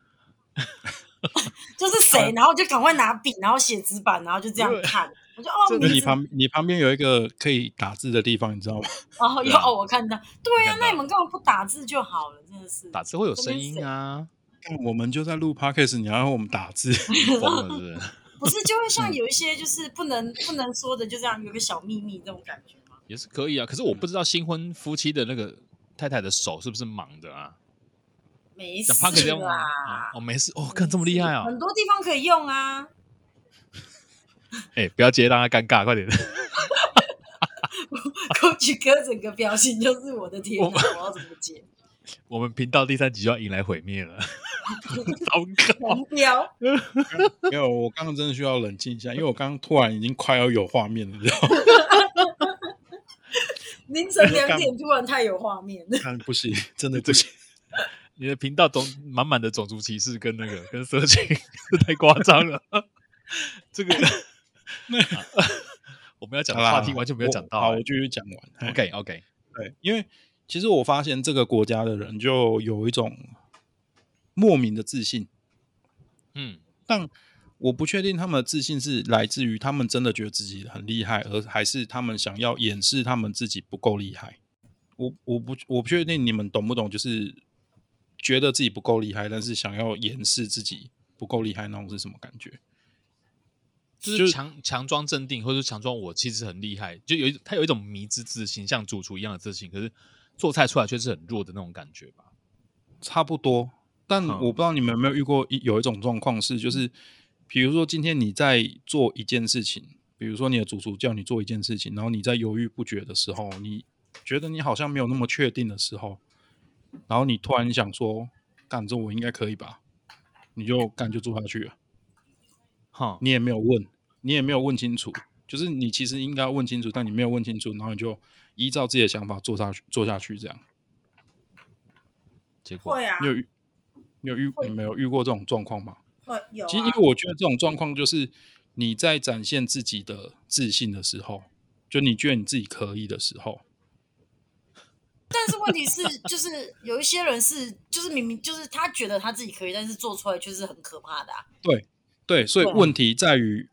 [SPEAKER 2] 就是
[SPEAKER 3] 啊
[SPEAKER 2] 谁，然后就赶快拿笔，然后写纸板，然后就这样
[SPEAKER 3] [LAUGHS]
[SPEAKER 2] 看。我就哦，
[SPEAKER 3] 这
[SPEAKER 1] 那
[SPEAKER 2] 名
[SPEAKER 1] 你
[SPEAKER 2] 字
[SPEAKER 1] 旁你旁边有一个可以打字的地方，你知道吗？ [LAUGHS]
[SPEAKER 2] 哦，有哦，我看到。对呀、
[SPEAKER 3] 看到
[SPEAKER 2] 那你们干嘛不打字就好了？真的是
[SPEAKER 3] 打字会有声音啊，
[SPEAKER 1] 看我们就在录 podcast，你要让我们打字， [LAUGHS]
[SPEAKER 3] 疯了是不是？
[SPEAKER 2] 不是就会像
[SPEAKER 3] 嗯
[SPEAKER 2] 有一些就是不能不能说的，就这样有个小秘密这种感觉吗？
[SPEAKER 3] 也是可以啊，可是我不知道新婚夫妻的那个太太的手是不是盲的啊？
[SPEAKER 2] 没
[SPEAKER 3] 讲 p a r
[SPEAKER 2] 事
[SPEAKER 3] 这样吗？
[SPEAKER 2] 啦
[SPEAKER 3] 啊，哦，没事哦，看这么厉害啊！
[SPEAKER 2] 很多地方可以用啊。 [LAUGHS]
[SPEAKER 3] 哎，不要直接让他尴尬，快点。 [LAUGHS]
[SPEAKER 2] 过去哥整个表情就是我的天哪，
[SPEAKER 3] 我
[SPEAKER 2] 我要怎么接？
[SPEAKER 3] 我们频道第三集就要迎来毁灭了， [LAUGHS] 糟糕！
[SPEAKER 2] 狂飙。
[SPEAKER 1] 没有，我刚刚真的需要冷静一下，因为我刚刚突然已经快要有画面了，你知道吗？
[SPEAKER 2] 凌晨两点突然太有画面
[SPEAKER 1] [LAUGHS]
[SPEAKER 2] 了，
[SPEAKER 1] 看不行，真的不行。
[SPEAKER 3] 你的频道总满满的种族歧视跟那个跟色情， [LAUGHS] 这太夸张了。 [LAUGHS] 这
[SPEAKER 1] [LAUGHS]
[SPEAKER 3] 个，啊我们要讲的话题完全没有讲到
[SPEAKER 1] 好，我
[SPEAKER 3] 欸。
[SPEAKER 1] 继续讲完。
[SPEAKER 3] OK OK，
[SPEAKER 1] 对，因为其实我发现这个国家的人就有一种莫名的自信，
[SPEAKER 3] 嗯，
[SPEAKER 1] 但我不确定他们的自信是来自于他们真的觉得自己很厉害，而还是他们想要掩饰他们自己不够厉害。我我不我不确定你们懂不懂，就是觉得自己不够厉害，但是想要掩饰自己不够厉害那种是什么感觉？
[SPEAKER 3] 就
[SPEAKER 1] 就是是
[SPEAKER 3] 强强装镇定，或者是强装我其实很厉害，就有一他有一种迷之自信，像主厨一样的自信，可是做菜出来却是很弱的那种感觉吧。
[SPEAKER 1] 差不多，但
[SPEAKER 3] 嗯
[SPEAKER 1] 我不知道你们有没有遇过一有一种状况是，就是比如说今天你在做一件事情，比如说你的主厨叫你做一件事情，然后你在犹豫不决的时候，你觉得你好像没有那么确定的时候，然后你突然想说，干这我应该可以吧，你就干就做下去了，
[SPEAKER 3] 哈，
[SPEAKER 1] 你也没有问，你也没有问清楚，就是你其实应该问清楚，但你没有问清楚，然后你就依照自己的想法做下去，做下去这样。
[SPEAKER 3] 结果
[SPEAKER 2] 会啊
[SPEAKER 1] 你，有遇你有遇
[SPEAKER 2] 会
[SPEAKER 1] 你没有遇过这种状况吗？
[SPEAKER 2] 会有
[SPEAKER 1] 其实，因
[SPEAKER 2] 啊
[SPEAKER 1] 为，我觉得这种状况就是你在展现自己的自信的时候，就你觉得你自己可以的时候，
[SPEAKER 2] [LAUGHS] 但是问题是，就是有一些人是，就是明明就是他觉得他自己可以，但是做出来却是很可怕的、啊。
[SPEAKER 1] 对对，所以
[SPEAKER 2] 对啊
[SPEAKER 1] 问题在于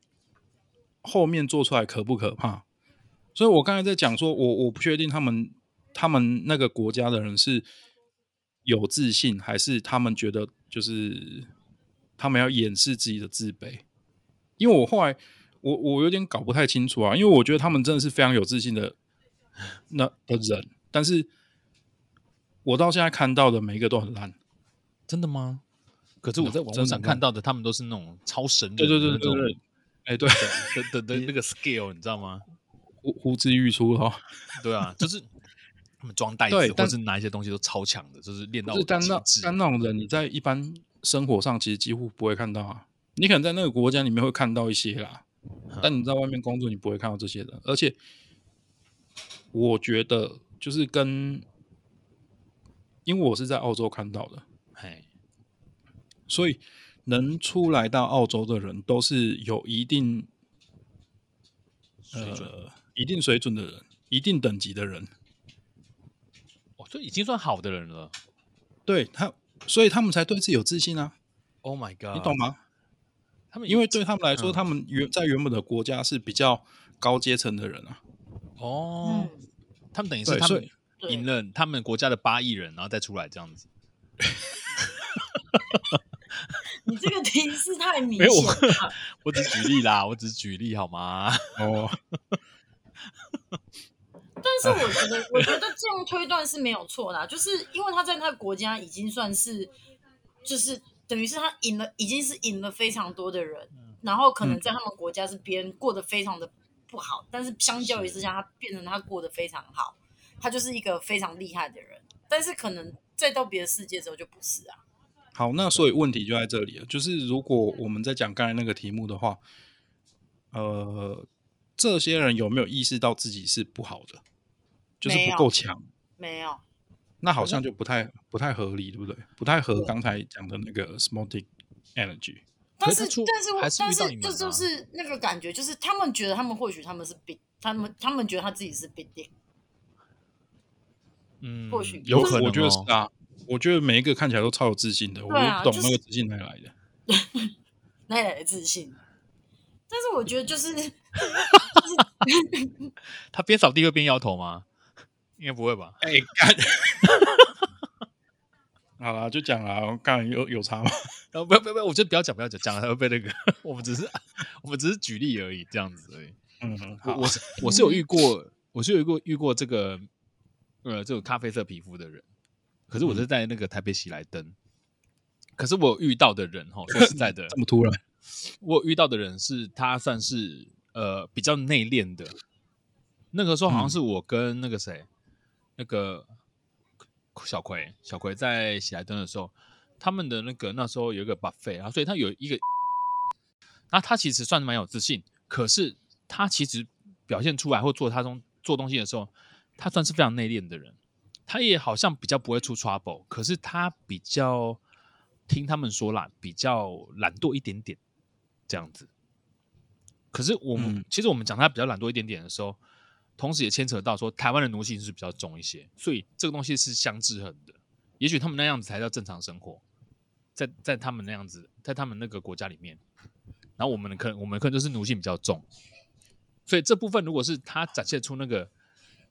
[SPEAKER 1] 后面做出来可不可怕。所以我刚才在讲说，我我不确定他们他们那个国家的人是有自信，还是他们觉得就是他们要掩饰自己的自卑。因为我后来我我有点搞不太清楚啊，因为我觉得他们真的是非常有自信的那的人，但是我到现在看到的每一个都很烂。
[SPEAKER 3] 真的吗？可是我在网络
[SPEAKER 1] 真的
[SPEAKER 3] 上
[SPEAKER 1] 吗
[SPEAKER 3] 看到的，他们都是那种超神人
[SPEAKER 1] 对对
[SPEAKER 3] 的那
[SPEAKER 1] 对对
[SPEAKER 3] 种
[SPEAKER 1] 对，哎、对，
[SPEAKER 3] 的的的那个 scale，你知道吗？
[SPEAKER 1] 呼呼之欲出哈、哦。
[SPEAKER 3] 对啊，就是他们装袋子
[SPEAKER 1] 对
[SPEAKER 3] 或
[SPEAKER 1] 但
[SPEAKER 3] 是拿一些东西都超强的，就是练到
[SPEAKER 1] 不是但
[SPEAKER 3] 极
[SPEAKER 1] 那
[SPEAKER 3] 致。
[SPEAKER 1] 但那种人，你在一般生活上其实几乎不会看到啊。你可能在那个国家里面会看到一些啦，
[SPEAKER 3] 嗯
[SPEAKER 1] 但你在外面工作，你不会看到这些人，而且我觉得就是跟，因为我是在澳洲看到的，
[SPEAKER 3] 嘿，
[SPEAKER 1] 所以能出来到澳洲的人都是有一定
[SPEAKER 3] 水准
[SPEAKER 1] 呃一定水准的人，一定等级的人，
[SPEAKER 3] 哦，这已经算好的人了。
[SPEAKER 1] 对他，所以他们才对自己有自信啊，
[SPEAKER 3] Oh my god，
[SPEAKER 1] 你懂？吗？
[SPEAKER 3] 他们
[SPEAKER 1] 因为对他们来说，
[SPEAKER 3] 嗯
[SPEAKER 1] 他们原在原本的国家是比较高阶层的人
[SPEAKER 2] [LAUGHS]
[SPEAKER 1] 啊，
[SPEAKER 3] 哦
[SPEAKER 2] 嗯，，
[SPEAKER 3] 他们等于是
[SPEAKER 1] 对
[SPEAKER 3] 他
[SPEAKER 1] 所
[SPEAKER 3] 们
[SPEAKER 1] 以
[SPEAKER 2] 对
[SPEAKER 3] 赢了他们国家的八亿人，然后再出来这样子。
[SPEAKER 2] 你这个提示太明
[SPEAKER 3] 没有我
[SPEAKER 2] 显了。
[SPEAKER 3] 我只举例啦，我只举例好吗？ [LAUGHS]
[SPEAKER 1] 哦，
[SPEAKER 2] 但
[SPEAKER 3] 哎
[SPEAKER 2] 是我觉得，我觉得这
[SPEAKER 3] [LAUGHS]
[SPEAKER 2] 样推断是没有错啦，就是因为他在那个国家已经算是，就是等于是他赢了，已经是赢了非常多的人，
[SPEAKER 3] 嗯
[SPEAKER 2] 然后可能在他们国家是别人过得非常的不好，但是相较于之下，他变成他过得非常好，他就是一个非常厉害的人，但是可能再到别的世界之后就不是啊，
[SPEAKER 1] 好，那所以问题就在这里了，就是如果我们在讲刚才那个题目的话，呃，这些人有没有意识到自己是不好的，就是
[SPEAKER 2] 没有
[SPEAKER 1] 不够强？
[SPEAKER 2] 没有，
[SPEAKER 1] 那好像就不太不太合理，对不对？不太
[SPEAKER 2] 嗯
[SPEAKER 1] 合刚才讲的那个 smotic energy。
[SPEAKER 2] 但
[SPEAKER 3] 可是
[SPEAKER 2] 是
[SPEAKER 3] 他出
[SPEAKER 2] 但是我
[SPEAKER 3] 还是
[SPEAKER 2] 但
[SPEAKER 3] 遇到
[SPEAKER 2] 是
[SPEAKER 3] 你们
[SPEAKER 2] 这就
[SPEAKER 3] 啊
[SPEAKER 2] 是那个感觉，就是他们觉得他们或许他们是 big，他们他们觉得他自己是 big deal，
[SPEAKER 3] 嗯，
[SPEAKER 2] 或许
[SPEAKER 3] 有
[SPEAKER 1] 我
[SPEAKER 3] 可能、哦，
[SPEAKER 1] 我觉得是啊，我觉得每一个看起来都超有自信的，我
[SPEAKER 2] 对啊
[SPEAKER 1] 不懂
[SPEAKER 2] 就是
[SPEAKER 1] 那个自信哪里来的。
[SPEAKER 2] 哪里来的自信？但是我觉得就是
[SPEAKER 3] 他边扫地会边摇头吗？应该不会吧？
[SPEAKER 1] 哎、干！ [LAUGHS] 好啦，就讲啦，刚才有有差吗？
[SPEAKER 3] 然后不要不要不要，我觉得不要讲不要讲，讲了他会被那个。 [LAUGHS] 我们只是我们只是举例而已，这样子而已。
[SPEAKER 1] 嗯，
[SPEAKER 3] 我
[SPEAKER 1] 好，
[SPEAKER 3] 我是我是有遇过，我是有遇过遇过这个呃这种咖啡色皮肤的人，可是我是在那个台北喜来登。可是我有遇到的人哈，说实在的，
[SPEAKER 1] 这么突然，
[SPEAKER 3] 我有遇到的人是他算是呃比较内敛的。那个时候好像是我跟那个谁，那个小葵，小葵在喜来登的时候，他们的那个那时候有一个 buffet，然后所以他有一个，那他其实算是蛮有自信，可是他其实表现出来或做他东做东西的时候，他算是非常内敛的人，他也好像比较不会出 trouble，可是他比较听他们说啦，比较懒惰一点点这样子。可是我们、
[SPEAKER 1] 嗯
[SPEAKER 3] 其实我们讲他比较懒惰一点点的时候，同时也牵扯到说台湾的奴性是比较重一些，所以这个东西是相制衡的。也许他们那样子才叫正常生活，在在他们那样子，在他们那个国家里面，然后我们的可能我们可能就是奴性比较重，所以这部分如果是他展现出那个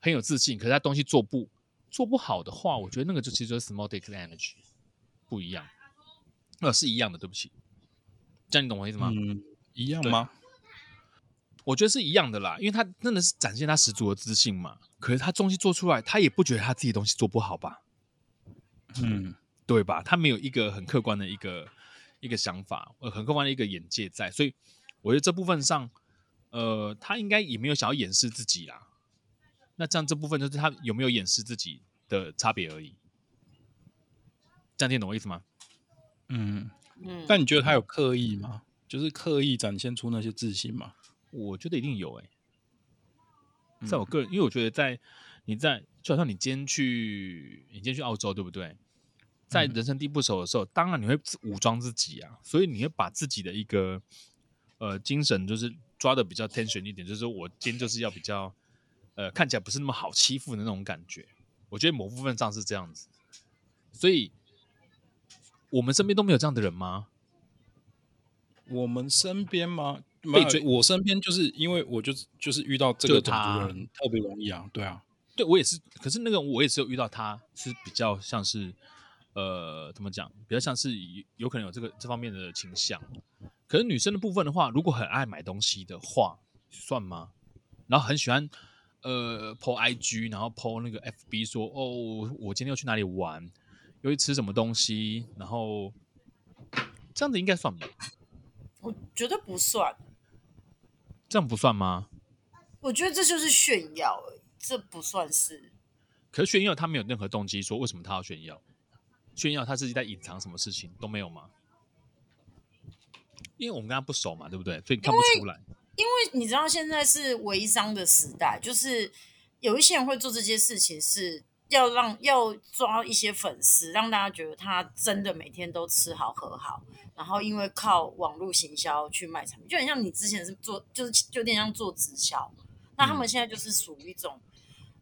[SPEAKER 3] 很有自信，可是他东西做不做不好的话，我觉得那个就其实就是 s m o t i c energy 不一样，呃是一样的，对不起，这样你懂我意思吗？
[SPEAKER 1] 嗯，一样
[SPEAKER 3] 对
[SPEAKER 1] 吗？
[SPEAKER 3] 我觉得是一样的啦，因为他真的是展现他十足的自信嘛，可是他东西做出来，他也不觉得他自己东西做不好吧？
[SPEAKER 1] 嗯，
[SPEAKER 3] 对吧？他没有一个很客观的一个一个想法，呃，很客观的一个眼界在，所以我觉得这部分上，呃，他应该也没有想要掩饰自己啦。那这样这部分就是他有没有掩饰自己的差别而已。这样听懂我意思吗？
[SPEAKER 1] 嗯，
[SPEAKER 2] 嗯，
[SPEAKER 1] 但你觉得他有刻意吗？就是刻意展现出那些自信吗？
[SPEAKER 3] 我觉得一定有诶、在我个人，因为我觉得在你在就好像你今天去你今天去澳洲对不对？在人生地不熟的时候，当然你会自武装自己啊，所以你会把自己的一个呃精神就是抓的比较 tension 一点，就是说我今天就是要比较呃看起来不是那么好欺负的那种感觉。我觉得某部分上是这样子，所以我们身边都没有这样的人吗？
[SPEAKER 1] 我们身边吗？
[SPEAKER 3] 被
[SPEAKER 1] 没
[SPEAKER 3] 追
[SPEAKER 1] 有，我身边就是因为我就是就是遇到这个
[SPEAKER 3] 就
[SPEAKER 1] 种
[SPEAKER 3] 他
[SPEAKER 1] 族的人特别容易啊，对啊，
[SPEAKER 3] 对我也是，可是那个我也是有遇到他，是比较像是呃怎么讲，比较像是有有可能有这个这方面的倾向。可是女生的部分的话，如果很爱买东西的话，算吗？然后很喜欢呃 po IG，然后 po 那个 FB 说哦，我今天要去哪里玩，又去吃什么东西，然后这样子应该算吧？
[SPEAKER 2] [LAUGHS] 我觉得不算，
[SPEAKER 3] 这样不算吗？
[SPEAKER 2] 我觉得这就是炫耀而已，这不算是。
[SPEAKER 3] 可是炫耀他没有任何动机，说为什么他要炫耀？炫耀他自己在隐藏什么事情都没有吗？因为我们跟他不熟嘛，对不对？所以你看不出来。
[SPEAKER 2] 因为你知道现在是微商的时代，就是有一些人会做这些事情，是要让要抓一些粉丝，让大家觉得他真的每天都吃好喝好，然后因为靠网络行销去卖产品，就很像你之前是做，就是就有点像做直销，那他们现在就是属于一种。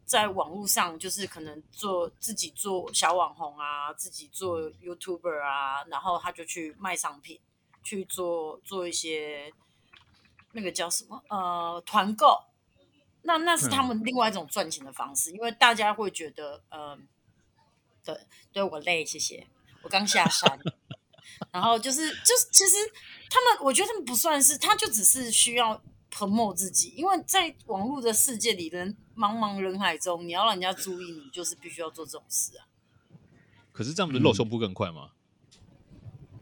[SPEAKER 2] 在网络上，就是可能做自己做小网红啊，自己做 YouTuber 啊，然后他就去卖商品，去做做一些那个叫什么呃团购，那那是他们另外一种赚钱的方式，因为大家会觉得，嗯、对，对我累，谢谢，我刚下山，然后就是就是其实他们，我觉得他们不算是，他就只是需要 promote 自己，因为在网络的世界里，人茫茫人海中，你要让人家注意你，就是必须要做这种事啊，
[SPEAKER 3] 可是这样不是露胸部更快吗？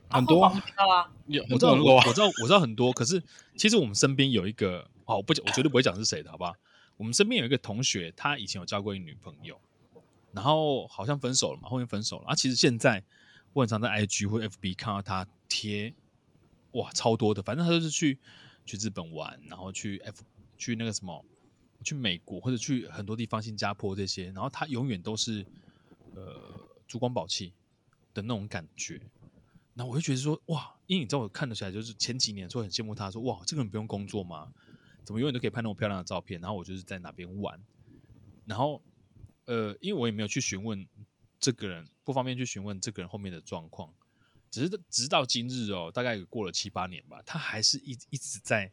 [SPEAKER 1] 很多
[SPEAKER 2] 啊会
[SPEAKER 1] 啊
[SPEAKER 2] 黄标啊，
[SPEAKER 1] 有
[SPEAKER 3] 我
[SPEAKER 1] 很
[SPEAKER 3] 知道，
[SPEAKER 1] 多很多
[SPEAKER 3] 我
[SPEAKER 1] 啊，
[SPEAKER 3] 我知道，我知道很多。可是其实我们身边有一个，哦，我不讲，我绝对不会讲是谁的，好吧？我们身边有一个同学，他以前有交过一个女朋友，然后好像分手了嘛，后面分手了。啊，其实现在我很常在 IG 或 FB 看到他贴，哇，超多的。反正他就是去去日本玩，然后去 F 去那个什么，去美国或者去很多地方，新加坡这些。然后他永远都是呃珠光宝气的那种感觉。然后我就觉得说，哇，因为你知道我看得起来，就是前几年的时候很羡慕他说，哇，这个人不用工作吗？怎么永远都可以拍那么漂亮的照片？然后我就是在哪边玩，然后呃，因为我也没有去询问这个人，不方便去询问这个人后面的状况，只是直到今日哦，大概也过了七八年吧，他还是一一直在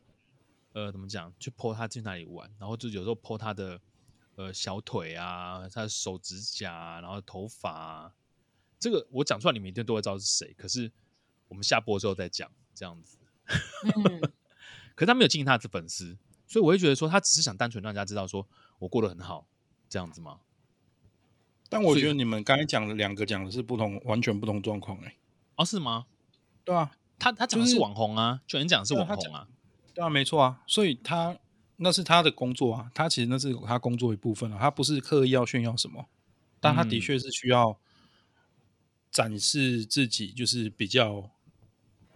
[SPEAKER 3] 呃怎么讲，去剖他去哪里玩，然后就有时候剖他的呃小腿啊，他的手指甲啊、然后头发、啊，这个我讲出来你们一定都会知道是谁，可是我们下播之后再讲这样子。
[SPEAKER 2] 嗯。
[SPEAKER 3] 可是他没有经营他的粉丝，所以我会觉得说他只是想单纯让大家知道说我过得很好这样子吗？
[SPEAKER 1] 但我
[SPEAKER 3] 所以
[SPEAKER 1] 觉得你们刚才讲的两个讲的是不同，完全不同状况哎。
[SPEAKER 3] 哦，是吗？
[SPEAKER 1] 对啊，
[SPEAKER 3] 他他讲的
[SPEAKER 1] 就是
[SPEAKER 3] 是网红啊，就人讲的是
[SPEAKER 1] 对啊
[SPEAKER 3] 网
[SPEAKER 1] 他
[SPEAKER 3] 红
[SPEAKER 1] 讲
[SPEAKER 3] 啊，
[SPEAKER 1] 对啊，没错啊，所以他那是他的工作啊，他其实那是他工作一部分啊，他不是刻意要炫耀什么，但他的
[SPEAKER 3] 嗯
[SPEAKER 1] 确是需要展示自己，就是比较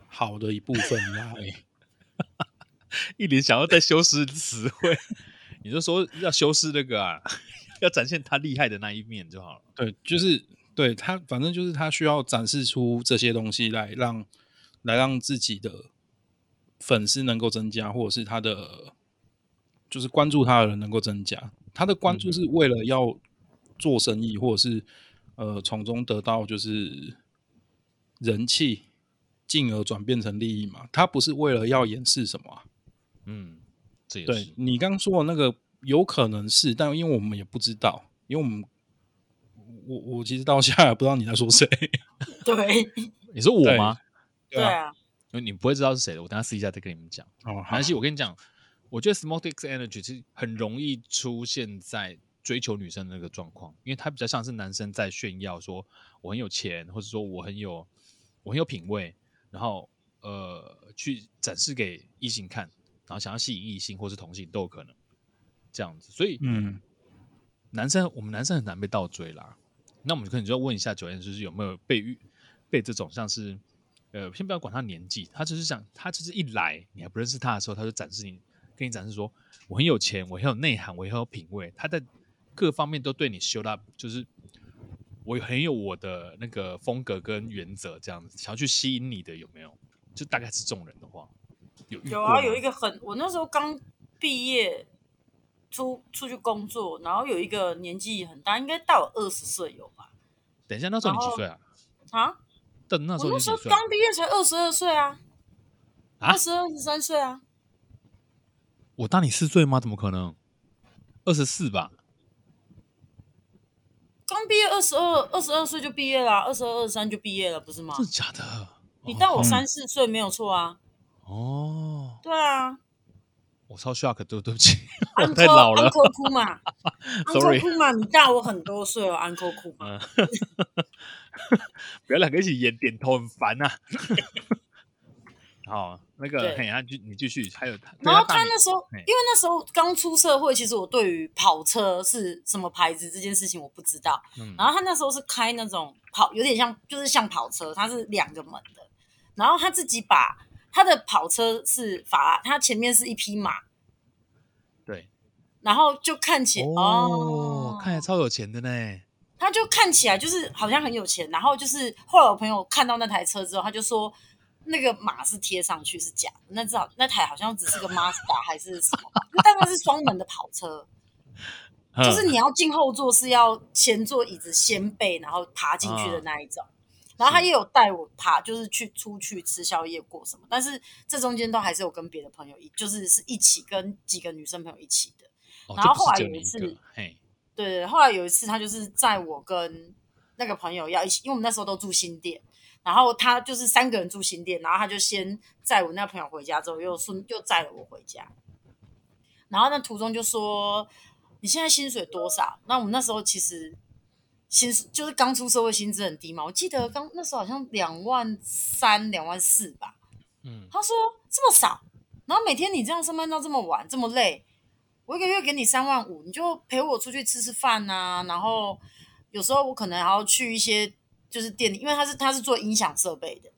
[SPEAKER 1] 好的一部分啦、
[SPEAKER 3] 一脸想要在修饰词汇， [LAUGHS] 你就说要修饰那个啊， [LAUGHS] 要展现他厉害的那一面就好了。
[SPEAKER 1] 对，就是对他，反正就是他需要展示出这些东西来让来让自己的粉丝能够增加，或者是他的就是关注他的人能够增加。他的关注是为了要做生意，或者是呃从中得到就是人气，进而转变成利益嘛。他不是为了要掩饰什么啊、
[SPEAKER 3] 嗯，这也
[SPEAKER 1] 对
[SPEAKER 3] 是
[SPEAKER 1] 你刚说的那个有可能是，但因为我们也不知道，因为我们我我其实到现在也不知道你在说谁。
[SPEAKER 2] 对啊
[SPEAKER 3] 你说我吗？
[SPEAKER 2] [LAUGHS] 对
[SPEAKER 1] [LAUGHS]
[SPEAKER 2] 啊，
[SPEAKER 3] 你不会知道是谁的，我等下私底下再跟你们讲。
[SPEAKER 1] 哦，好
[SPEAKER 3] 韩系，我跟你讲，我觉得 Smotix Energy 是很容易出现在追求女生的那个状况，因为它比较像是男生在炫耀说我很有钱，或者说我很有我很有品味，然后呃去展示给异性看，然后想要吸引异性或是同性都有可能这样子，所
[SPEAKER 1] [LAUGHS]
[SPEAKER 3] 以
[SPEAKER 1] 嗯，
[SPEAKER 3] 男生我们男生很难被倒追啦。那我们可能就要问一下九燕，就是有没有被遇被这种像是呃，先不要管他年纪，他就是想他就是一来你还不认识他的时候，他就展示你跟你展示说我很有钱，我很有内涵，我很有品味，他在各方面都对你 show up，就是我很有我的那个风格跟原则这样子，想要去吸引你的有没有？就大概是这种人的话，有遇
[SPEAKER 2] 有
[SPEAKER 3] 过
[SPEAKER 2] 啊，
[SPEAKER 3] 吗
[SPEAKER 2] 有一个很，我那时候刚毕业出出去工作，然后有一个年纪很大，应该大我二十岁有吧？
[SPEAKER 3] 等一下，那时候你
[SPEAKER 2] 然
[SPEAKER 3] 几
[SPEAKER 2] 后
[SPEAKER 3] 岁啊？
[SPEAKER 2] 啊，
[SPEAKER 3] 但那时候
[SPEAKER 2] 我那
[SPEAKER 3] 你
[SPEAKER 2] 时
[SPEAKER 3] 几
[SPEAKER 2] 候
[SPEAKER 3] 岁啊？
[SPEAKER 2] 刚毕业才二十二岁啊，
[SPEAKER 3] 啊
[SPEAKER 2] 二十二十三岁啊，
[SPEAKER 3] 我大你四岁吗？怎么可能？二十四吧？
[SPEAKER 2] 刚毕业二十二二十二岁就毕业啦，二十二二十三就毕业了，不是吗
[SPEAKER 3] 真？的假的？
[SPEAKER 2] 你大我
[SPEAKER 3] 哦
[SPEAKER 2] 三四岁没有错啊，
[SPEAKER 3] 哦，
[SPEAKER 2] 对啊
[SPEAKER 3] 我超 shock，对对不 [LAUGHS] 起， [LAUGHS] 我太老了
[SPEAKER 2] ，uncle 哭嘛
[SPEAKER 3] [LAUGHS] Sorry
[SPEAKER 2] ，uncle 哭嘛，你大我很多岁哦，uncle 哭嘛，
[SPEAKER 3] 嗯，不要两个一起演点头，很烦啊呐、 [LAUGHS] 好，那个，
[SPEAKER 2] 对
[SPEAKER 3] 嘿，啊，继你继续，还有他，
[SPEAKER 2] 然后
[SPEAKER 3] 对
[SPEAKER 2] 他
[SPEAKER 3] 大你
[SPEAKER 2] 那时候，因
[SPEAKER 3] 嘿
[SPEAKER 2] 为那时候刚出社会，其实我对于跑车是什么牌子这件事情我不知道。
[SPEAKER 3] 嗯
[SPEAKER 2] 然后他那时候是开那种跑，有点像就是像跑车，它是两个门的。然后他自己把他的跑车是法拉，他前面是一匹马，
[SPEAKER 3] 对，
[SPEAKER 2] 然后就看起
[SPEAKER 3] 哦
[SPEAKER 2] 哦，，
[SPEAKER 3] 看起来超有钱的呢。
[SPEAKER 2] 他就看起来就是好像很有钱，然后就是后来我朋友看到那台车之后，他就说那个马是贴上去是假的，那至少那台好像只是个 Mazda 还是什么，但它是双门的跑车，就是
[SPEAKER 3] 哼
[SPEAKER 2] 你要进后座是要先坐椅子先背，然后爬进去的那一种。然后他也有带我爬，就是去出去吃宵夜过什么，但是这中间都还是有跟别的朋友一，就是是一起跟几个女生朋友一起的。
[SPEAKER 3] 哦
[SPEAKER 2] 然
[SPEAKER 3] 就
[SPEAKER 2] 后
[SPEAKER 3] 不是
[SPEAKER 2] 后来
[SPEAKER 3] 只有
[SPEAKER 2] 有
[SPEAKER 3] 你
[SPEAKER 2] 一
[SPEAKER 3] 个
[SPEAKER 2] 次
[SPEAKER 3] 嘿，
[SPEAKER 2] 对对，后来有一次，他就是在我跟那个朋友要一起，因为我们那时候都住新店，然后他就是三个人住新店，然后他就先载我那个朋友回家，之后又顺又载了我回家，然后那途中就说你现在薪水多少？那我们那时候其实薪水就是刚出社会，薪资很低嘛，我记得刚那时候好像两万三、两万四吧，
[SPEAKER 3] 嗯，
[SPEAKER 2] 他说这么少，然后每天你这样上班到这么晚，这么累，我一个月给你三万五，你就陪我出去吃吃饭呐、然后有时候我可能还要去一些就是店里，因为他是他是做音响设备的，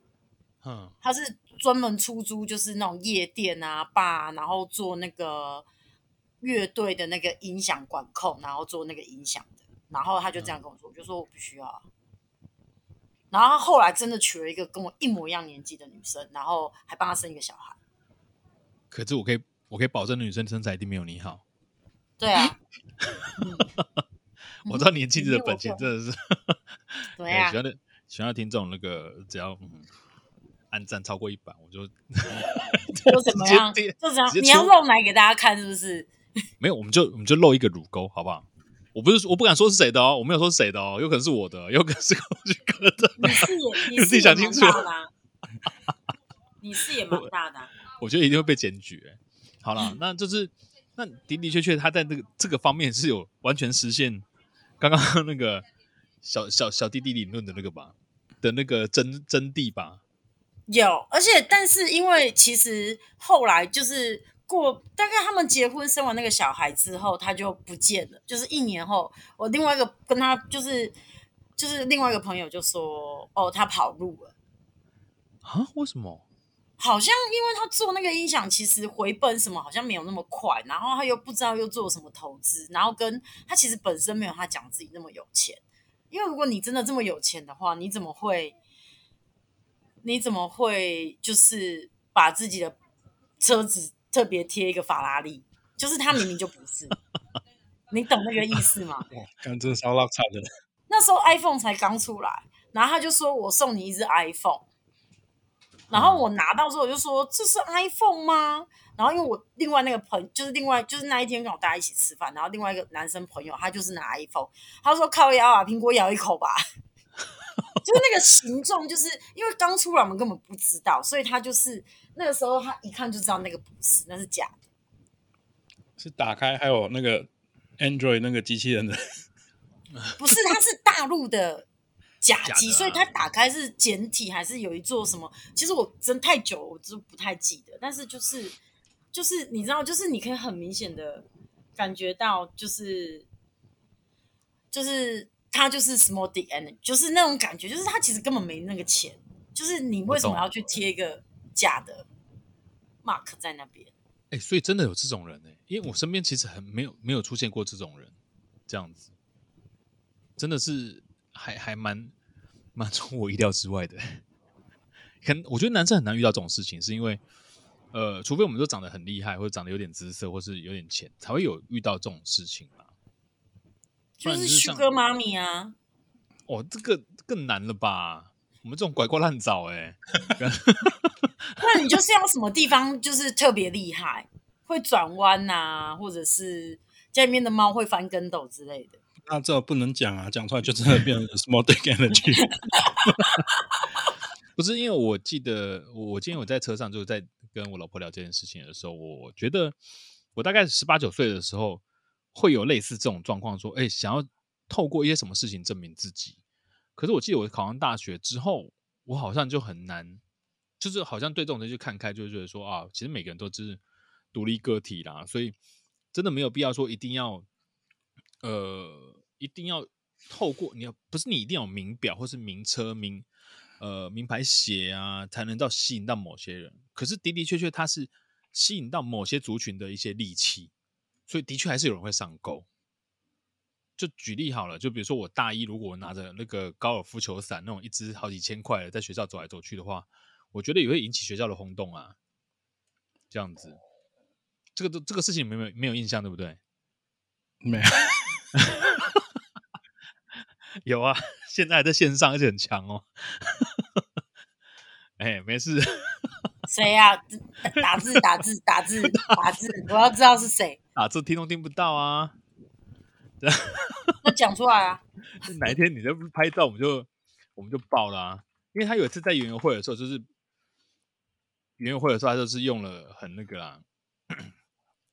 [SPEAKER 3] 哼，
[SPEAKER 2] 他是专门出租就是那种夜店啊、吧，然后做那个乐队的那个音响管控，然后做那个音响的。然后他就这样跟我说，我就说我不需要啊。然后他后来真的娶了一个跟我一模一样年纪的女生，然后还帮他生一个小孩。
[SPEAKER 3] 可是我可以，我可以保证，女生身材一定没有你好。
[SPEAKER 2] 对啊， [LAUGHS]
[SPEAKER 3] 我知道年轻人
[SPEAKER 2] 你
[SPEAKER 3] 的
[SPEAKER 2] 比
[SPEAKER 3] 本
[SPEAKER 2] 我
[SPEAKER 3] 钱
[SPEAKER 2] 更
[SPEAKER 3] 真的是，
[SPEAKER 2] 对
[SPEAKER 3] 哎
[SPEAKER 2] 啊
[SPEAKER 3] 喜，欢的喜欢的听众，那个只要嗯，按赞超过一百，我就
[SPEAKER 2] [LAUGHS] 就
[SPEAKER 3] 就
[SPEAKER 2] 怎么
[SPEAKER 3] 直接
[SPEAKER 2] 样，
[SPEAKER 3] 跌
[SPEAKER 2] 就怎样
[SPEAKER 3] 直，接
[SPEAKER 2] 你要
[SPEAKER 3] 出
[SPEAKER 2] 露奶给大家看是不是？
[SPEAKER 3] 没有，我们就我们就露一个乳沟，好不好？我不是我不敢说是谁的哦，我没有说是谁的哦，有可能是我的，有可能是高俊哥的。 [LAUGHS]
[SPEAKER 2] 你视 [LAUGHS] 野，
[SPEAKER 3] 你
[SPEAKER 2] 你
[SPEAKER 3] 自己
[SPEAKER 2] 视野
[SPEAKER 3] 想清
[SPEAKER 2] 蛮
[SPEAKER 3] 楚
[SPEAKER 2] 大的、啊，你视野蛮大的啊、
[SPEAKER 3] 我觉得一定会被检举、欸。好了，那就是那的的确确，他在这个这个方面是有完全实现刚刚那个小小小弟弟理论的那个吧的那个真真谛吧。
[SPEAKER 2] [LAUGHS] 有，而且但是因为其实后来就是过大概他们结婚生完那个小孩之后，他就不见了。就是一年后，我另外一个跟他就是就是另外一个朋友就说，哦，他跑路了。
[SPEAKER 3] 啊？为什么？
[SPEAKER 2] 好像因为他做那个音响，其实回本什么好像没有那么快，然后他又不知道又做什么投资，然后跟他其实本身没有他讲自己那么有钱，因为如果你真的这么有钱的话，你怎么会，你怎么会就是把自己的车子特别贴一个法拉利？就是他明明就不是，你懂那个意思吗？
[SPEAKER 1] 哇，看这烧腊惨的，
[SPEAKER 2] 那时候 iPhone 才刚出来，然后他就说我送你一只 iPhone，然后我拿到之后我就说这是 iPhone 吗？然后因为我另外那个朋就是另外就是那一天跟我大家一起吃饭，然后另外一个男生朋友他就是拿 iPhone，他说靠腰啊，苹果咬一口吧， [LAUGHS] 就是那个形状，就是因为刚出来我们根本不知道，所以他就是那个时候他一看就知道那个不是，那是假的。
[SPEAKER 1] 是打开还有那个 Android 那个机器人的， [LAUGHS]
[SPEAKER 2] 不是，它是大陆的甲
[SPEAKER 3] 假
[SPEAKER 2] 机，
[SPEAKER 3] 的啊
[SPEAKER 2] 所以它打开是简体还是有一座什么？其实我真太久了，我就不太记得。但是就是就是你知道，就是你可以很明显的感觉到，就是就是它就是 small dick energy，就是那种感觉，就是它其实根本没那个钱，就是你为什
[SPEAKER 3] 我
[SPEAKER 2] 么
[SPEAKER 3] 懂
[SPEAKER 2] 要去贴一个假的 mark 在那边？
[SPEAKER 3] 哎、所以真的有这种人呢、哎因为我身边其实很没有没有出现过这种人，这样子，真的是还还蛮蛮出我意料之外的。 [LAUGHS] 可能我觉得男生很难遇到这种事情，是因为呃，除非我们都长得很厉害，或者长得有点姿色，或是有点钱，才会有遇到这种事情嘛。不
[SPEAKER 2] 就
[SPEAKER 3] 然
[SPEAKER 2] 是
[SPEAKER 3] 就是像
[SPEAKER 2] Sugar Mommy 啊，
[SPEAKER 3] 哦，这个更难了吧？我们这种拐瓜烂枣哎、
[SPEAKER 2] 那你就是要什么地方就是特别厉害， [LAUGHS] 会转弯呐，或者是家里面的猫会翻跟斗之类的。
[SPEAKER 1] 那这不能讲啊，讲出来就真的变成 [LAUGHS] small dick energy。
[SPEAKER 3] 不是因为我记得，我我今天我在车上就是在跟我老婆聊这件事情的时候，我觉得我大概十八九岁的时候会有类似这种状况，说，哎，想要透过一些什么事情证明自己。可是我记得我考上大学之后，我好像就很难，就是好像对这种东西就看开，就会觉得说啊，其实每个人都是独立个体啦，所以真的没有必要说一定要，呃，一定要透过你要不是你一定要有名表或是名车名呃名牌鞋啊，才能到吸引到某些人。可是的的确确，它是吸引到某些族群的一些利器，所以的确还是有人会上钩。就举例好了，就比如说我大一，如果我拿着那个高尔夫球伞那种一支好几千块的，在学校走来走去的话，我觉得也会引起学校的轰动啊。这样子，这个都这个事情你们没有没有印象对不对？
[SPEAKER 1] 没有，
[SPEAKER 3] [LAUGHS] 有啊， [LAUGHS] 现在还在线上，而且很强哦。 [LAUGHS] 哎、没事，
[SPEAKER 2] 谁呀、啊？ [LAUGHS] 打字打字
[SPEAKER 3] [LAUGHS]
[SPEAKER 2] 打字打字，我要知道是谁，
[SPEAKER 3] 打字听都听不到啊。
[SPEAKER 2] 那讲出来啊！
[SPEAKER 3] 哪一天你这拍照，我们就我们就爆啦、因为他有一次在园游会的时候，就是园游会的时候，他就是用了很那个啦，
[SPEAKER 1] [LAUGHS]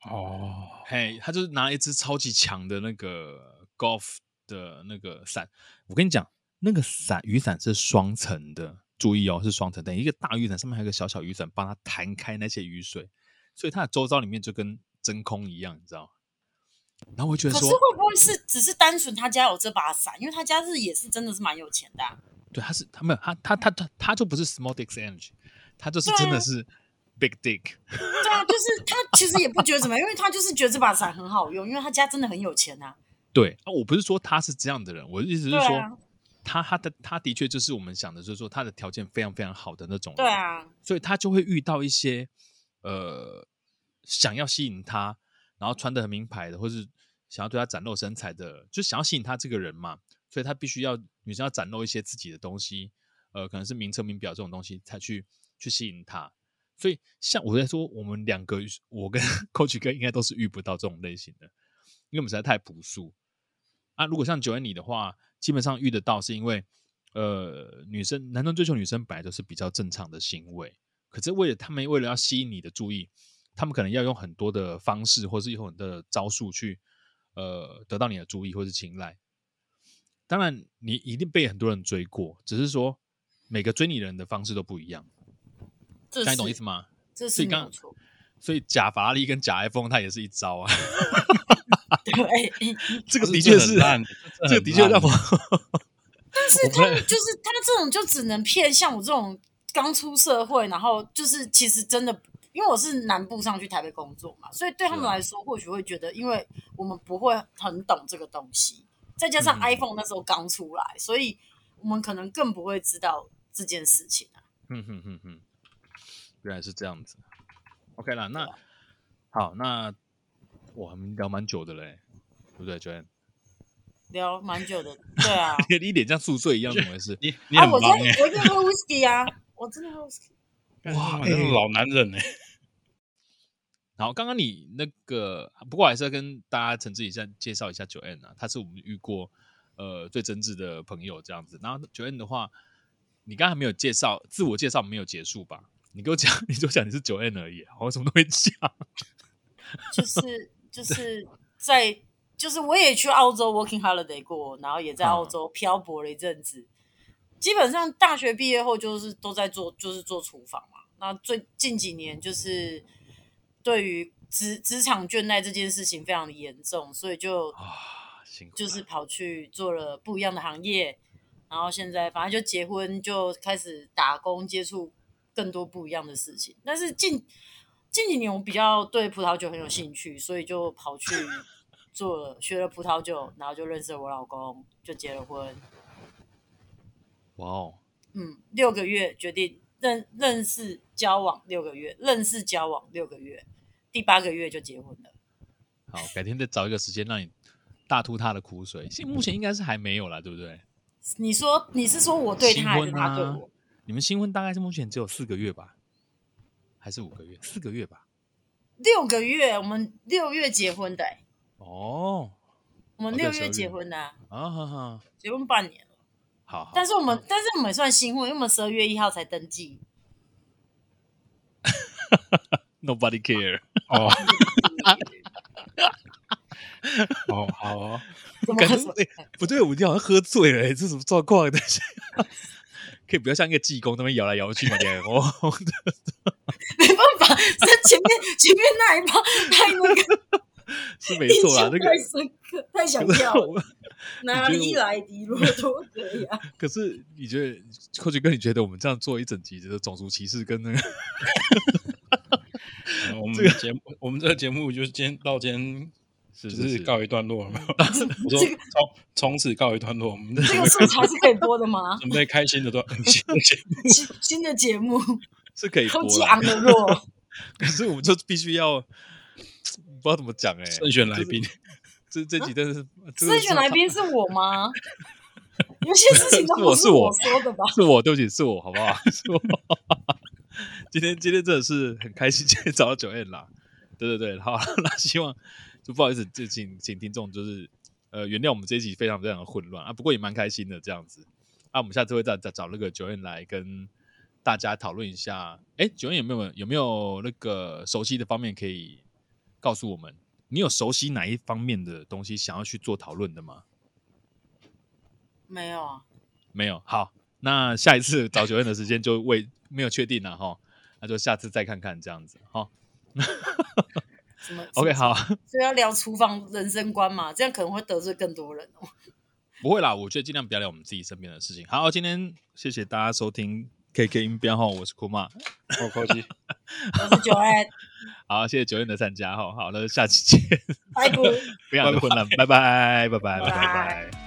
[SPEAKER 1] 哦，
[SPEAKER 3] 嘿，他就是拿了一支超级强的那个 golf 的那个伞。我跟你讲，那个伞雨伞是双层的，注意哦，是双层，等于一个大雨伞上面还有一个小小雨伞，帮它弹开那些雨水，所以它的周遭里面就跟真空一样，你知道吗？然后我就觉
[SPEAKER 2] 可
[SPEAKER 3] 得说
[SPEAKER 2] 是，会不会是只是单纯他家有这把伞？因为他家是也是真的是蛮有钱的啊、
[SPEAKER 3] 对，他是他没有他他他他他就不是 small dick energy，他就是真的是 big dick。
[SPEAKER 2] 对啊，就是他其实也不觉得怎么样，因为他就是觉得这把伞很好用，因为他家真的很有钱啊。
[SPEAKER 3] 对啊，我不是说他是这样的人，我的意思是
[SPEAKER 2] 对
[SPEAKER 3] 说，
[SPEAKER 2] 啊
[SPEAKER 3] 他他的他的确就是我们想的，就是说他的条件非常非常好的那种人。
[SPEAKER 2] 对啊，
[SPEAKER 3] 所以他就会遇到一些呃想要吸引他，然后穿的很名牌的，或是想要对他展露身材的，就想要吸引他这个人嘛，所以他必须要女生要展露一些自己的东西，呃，可能是名车名表这种东西才去去吸引他。所以像我在说，我们两个， [LAUGHS] 我跟 Coach 哥应该都是遇不到这种类型的，因为我们实在太朴素。啊，如果像九恩你的话，基本上遇得到，是因为呃，女生男生追求女生本来就是比较正常的行为，可是为了他们为了要吸引你的注意，他们可能要用很多的方式，或是用很多的招数去呃得到你的注意或是青睐。当然，你一定被很多人追过，只是说每个追你的人的方式都不一样，
[SPEAKER 2] 这
[SPEAKER 3] 这
[SPEAKER 2] 是
[SPEAKER 3] 样你懂意思吗？
[SPEAKER 2] 这
[SPEAKER 3] 所
[SPEAKER 2] 是
[SPEAKER 3] 以
[SPEAKER 2] 没
[SPEAKER 3] 刚
[SPEAKER 2] 有错。
[SPEAKER 3] 所以假法拉利跟假 iPhone 它也是一招啊，
[SPEAKER 2] 对，
[SPEAKER 3] 这
[SPEAKER 1] 这
[SPEAKER 3] 个
[SPEAKER 1] 这
[SPEAKER 3] 的确
[SPEAKER 1] 很
[SPEAKER 3] 是，
[SPEAKER 1] 烂
[SPEAKER 3] [LAUGHS] 这个的确让我，
[SPEAKER 2] 但是他们就是他们这种就只能骗像我这种刚出社会，然后就是其实真的，因为我是南部上去台北工作嘛，所以对他们
[SPEAKER 3] 是啊
[SPEAKER 2] 来说或许会觉得，因为我们不会很懂这个东西，再加上
[SPEAKER 3] 嗯
[SPEAKER 2] iPhone 那时候刚出来，所以我们可能更不会知道这件事情啊。
[SPEAKER 3] 哼嗯哼哼哼，原来是这样子。OK 啦，那好，那我们聊蛮久的嘞，对不对，Joanne？ [LAUGHS]
[SPEAKER 2] 聊蛮久的，对啊，
[SPEAKER 3] 你的脸像宿醉一样，怎么回事？ [LAUGHS]
[SPEAKER 1] 你你
[SPEAKER 2] 啊，
[SPEAKER 1] 很
[SPEAKER 2] 我真
[SPEAKER 1] 忙
[SPEAKER 2] 的
[SPEAKER 1] 哎、
[SPEAKER 2] 我一定喝 whisky 啊，我真的喝 whisky。
[SPEAKER 1] 欸，
[SPEAKER 3] 哇
[SPEAKER 1] 那种老男人哎、
[SPEAKER 3] 然后刚刚你那个，不过还是要跟大家诚挚一下介绍一下 Joanne 啊，她是我们遇过呃最真挚的朋友这样子。然后 Joanne 的话，你刚才没有介绍，自我介绍没有结束吧？你给我讲， [LAUGHS] 你就讲你是 Joanne 而已，啊我什么都没讲。
[SPEAKER 2] 就是就是在就是我也去澳洲 working holiday 过，然后也在澳洲漂泊了一阵子。基本上大学毕业后就是都在做就是做厨房嘛。那最近几年就是对于职职场倦怠这件事情非常的严重，所以就
[SPEAKER 3] [LAUGHS] 啊，辛苦了，
[SPEAKER 2] 就是跑去做了不一样的行业，然后现在反正就结婚，就开始打工，接触更多不一样的事情。但是近近几年我比较对葡萄酒很有兴趣，所以就
[SPEAKER 3] [LAUGHS]
[SPEAKER 2] 跑去做了学了葡萄酒，然后就认识了我老公，就结了婚。
[SPEAKER 3] 哇哦，
[SPEAKER 2] 嗯，六个月决定认认识交往六个月，认识交往六个月，第八个月就结婚了。
[SPEAKER 3] 好，改天再找一个时间让你大吐他的苦水。现目前应该是还没有啦，对不对？
[SPEAKER 2] 你说你是说我对他还是
[SPEAKER 3] 新婚
[SPEAKER 2] 他对
[SPEAKER 3] 啊
[SPEAKER 2] 我？
[SPEAKER 3] 你们新婚大概是目前只有四个月吧，还是五个月？四个月吧。
[SPEAKER 2] 六个月，我们六月结婚的欸、
[SPEAKER 3] 哦，
[SPEAKER 2] 我们
[SPEAKER 3] 哦
[SPEAKER 2] 六
[SPEAKER 3] 对
[SPEAKER 2] 月
[SPEAKER 3] 12
[SPEAKER 2] 结
[SPEAKER 3] 月
[SPEAKER 2] 婚的、啊，
[SPEAKER 3] 啊哈哈，
[SPEAKER 2] 结婚半年了。
[SPEAKER 3] 好好。嗯
[SPEAKER 2] 但是我们，但是我们也算新婚，因为我们十二月一号才登记。
[SPEAKER 3] Nobody care， [LAUGHS]
[SPEAKER 1] 哦 [LAUGHS] 哦好哦，
[SPEAKER 2] 怎么
[SPEAKER 3] 感
[SPEAKER 2] 会
[SPEAKER 3] 觉哎不对，我今天好像喝醉了，哎这什么状况？但
[SPEAKER 2] [LAUGHS]
[SPEAKER 3] 是可以不要像一个济公那边摇来摇去嘛，脸红
[SPEAKER 2] [LAUGHS]
[SPEAKER 3] 红的。
[SPEAKER 2] 没办法？这前面前面那一趴太那个
[SPEAKER 3] 是没
[SPEAKER 2] 印
[SPEAKER 3] 错啦，
[SPEAKER 2] 象
[SPEAKER 3] 那
[SPEAKER 2] 太
[SPEAKER 3] 个
[SPEAKER 2] 深刻，太想
[SPEAKER 3] 可是
[SPEAKER 2] 跳了。
[SPEAKER 3] 我
[SPEAKER 2] 哪
[SPEAKER 3] 你
[SPEAKER 2] 里
[SPEAKER 3] 觉得我
[SPEAKER 2] 来的骆驼哥
[SPEAKER 3] [LAUGHS]
[SPEAKER 2] 呀？
[SPEAKER 3] 可是你觉得，寇奇哥，你觉得我们这样做一整集的种族歧视跟那个
[SPEAKER 1] 呃我们的节目，我们这个节目就是今天到今天
[SPEAKER 3] 是
[SPEAKER 1] 就是是嗯
[SPEAKER 3] 是
[SPEAKER 1] 告一段落了嘛。我说
[SPEAKER 2] 这个
[SPEAKER 1] 从从此告一段落，我们
[SPEAKER 2] 这个素材是可以播
[SPEAKER 3] [LAUGHS]
[SPEAKER 2] 的吗？
[SPEAKER 1] 准备开心的段 [LAUGHS] 新的节目。
[SPEAKER 2] 新新的节目，
[SPEAKER 3] 是可以播
[SPEAKER 2] 超级
[SPEAKER 3] 啦
[SPEAKER 2] 昂，的弱，
[SPEAKER 3] [LAUGHS] 可是我们就必须要不知道怎么讲哎、欸，
[SPEAKER 1] 慎选来宾，
[SPEAKER 3] 这这集真的是真的是
[SPEAKER 2] 甄选来宾是我吗？有些事情都不
[SPEAKER 3] 是我
[SPEAKER 2] 我说的吧？
[SPEAKER 3] [LAUGHS] 是我，对不起，是我，好不 [LAUGHS] 好？是我。今天今天真的是很开心，今 [LAUGHS] 天找到九 N 啦。对对对，好，那希望就不好意思，就请请听众就是呃原谅我们这一集非常非常的混乱啊，不过也蛮开心的这样子。啊，我们下次会再再找那个九 N 来跟大家讨论一下。哎，九 N 有没有有没有那个熟悉的方面可以告诉我们？你有熟悉哪一方面的东西想要去做讨论的吗？
[SPEAKER 2] 没有啊，
[SPEAKER 3] 没有，好，那下一次找九院的时间就未没有确定了哈，那就下次再看看这样子哈。
[SPEAKER 2] 什么
[SPEAKER 3] OK，，好， [LAUGHS]
[SPEAKER 2] 所以要聊厨房人生观嘛，这样可能会得罪更多人哦。
[SPEAKER 3] 不会啦，我觉得尽量不要聊我们自己身边的事情。好，今天谢谢大家收听 KK 音标哈，我是库玛，
[SPEAKER 1] 好可惜，
[SPEAKER 2] 我是九爱，
[SPEAKER 3] 好，谢谢九院的参加哈，好，那就下期见， [LAUGHS]
[SPEAKER 2] 拜拜。
[SPEAKER 3] 非常的混乱，拜拜，拜拜，拜
[SPEAKER 2] 拜
[SPEAKER 3] 拜。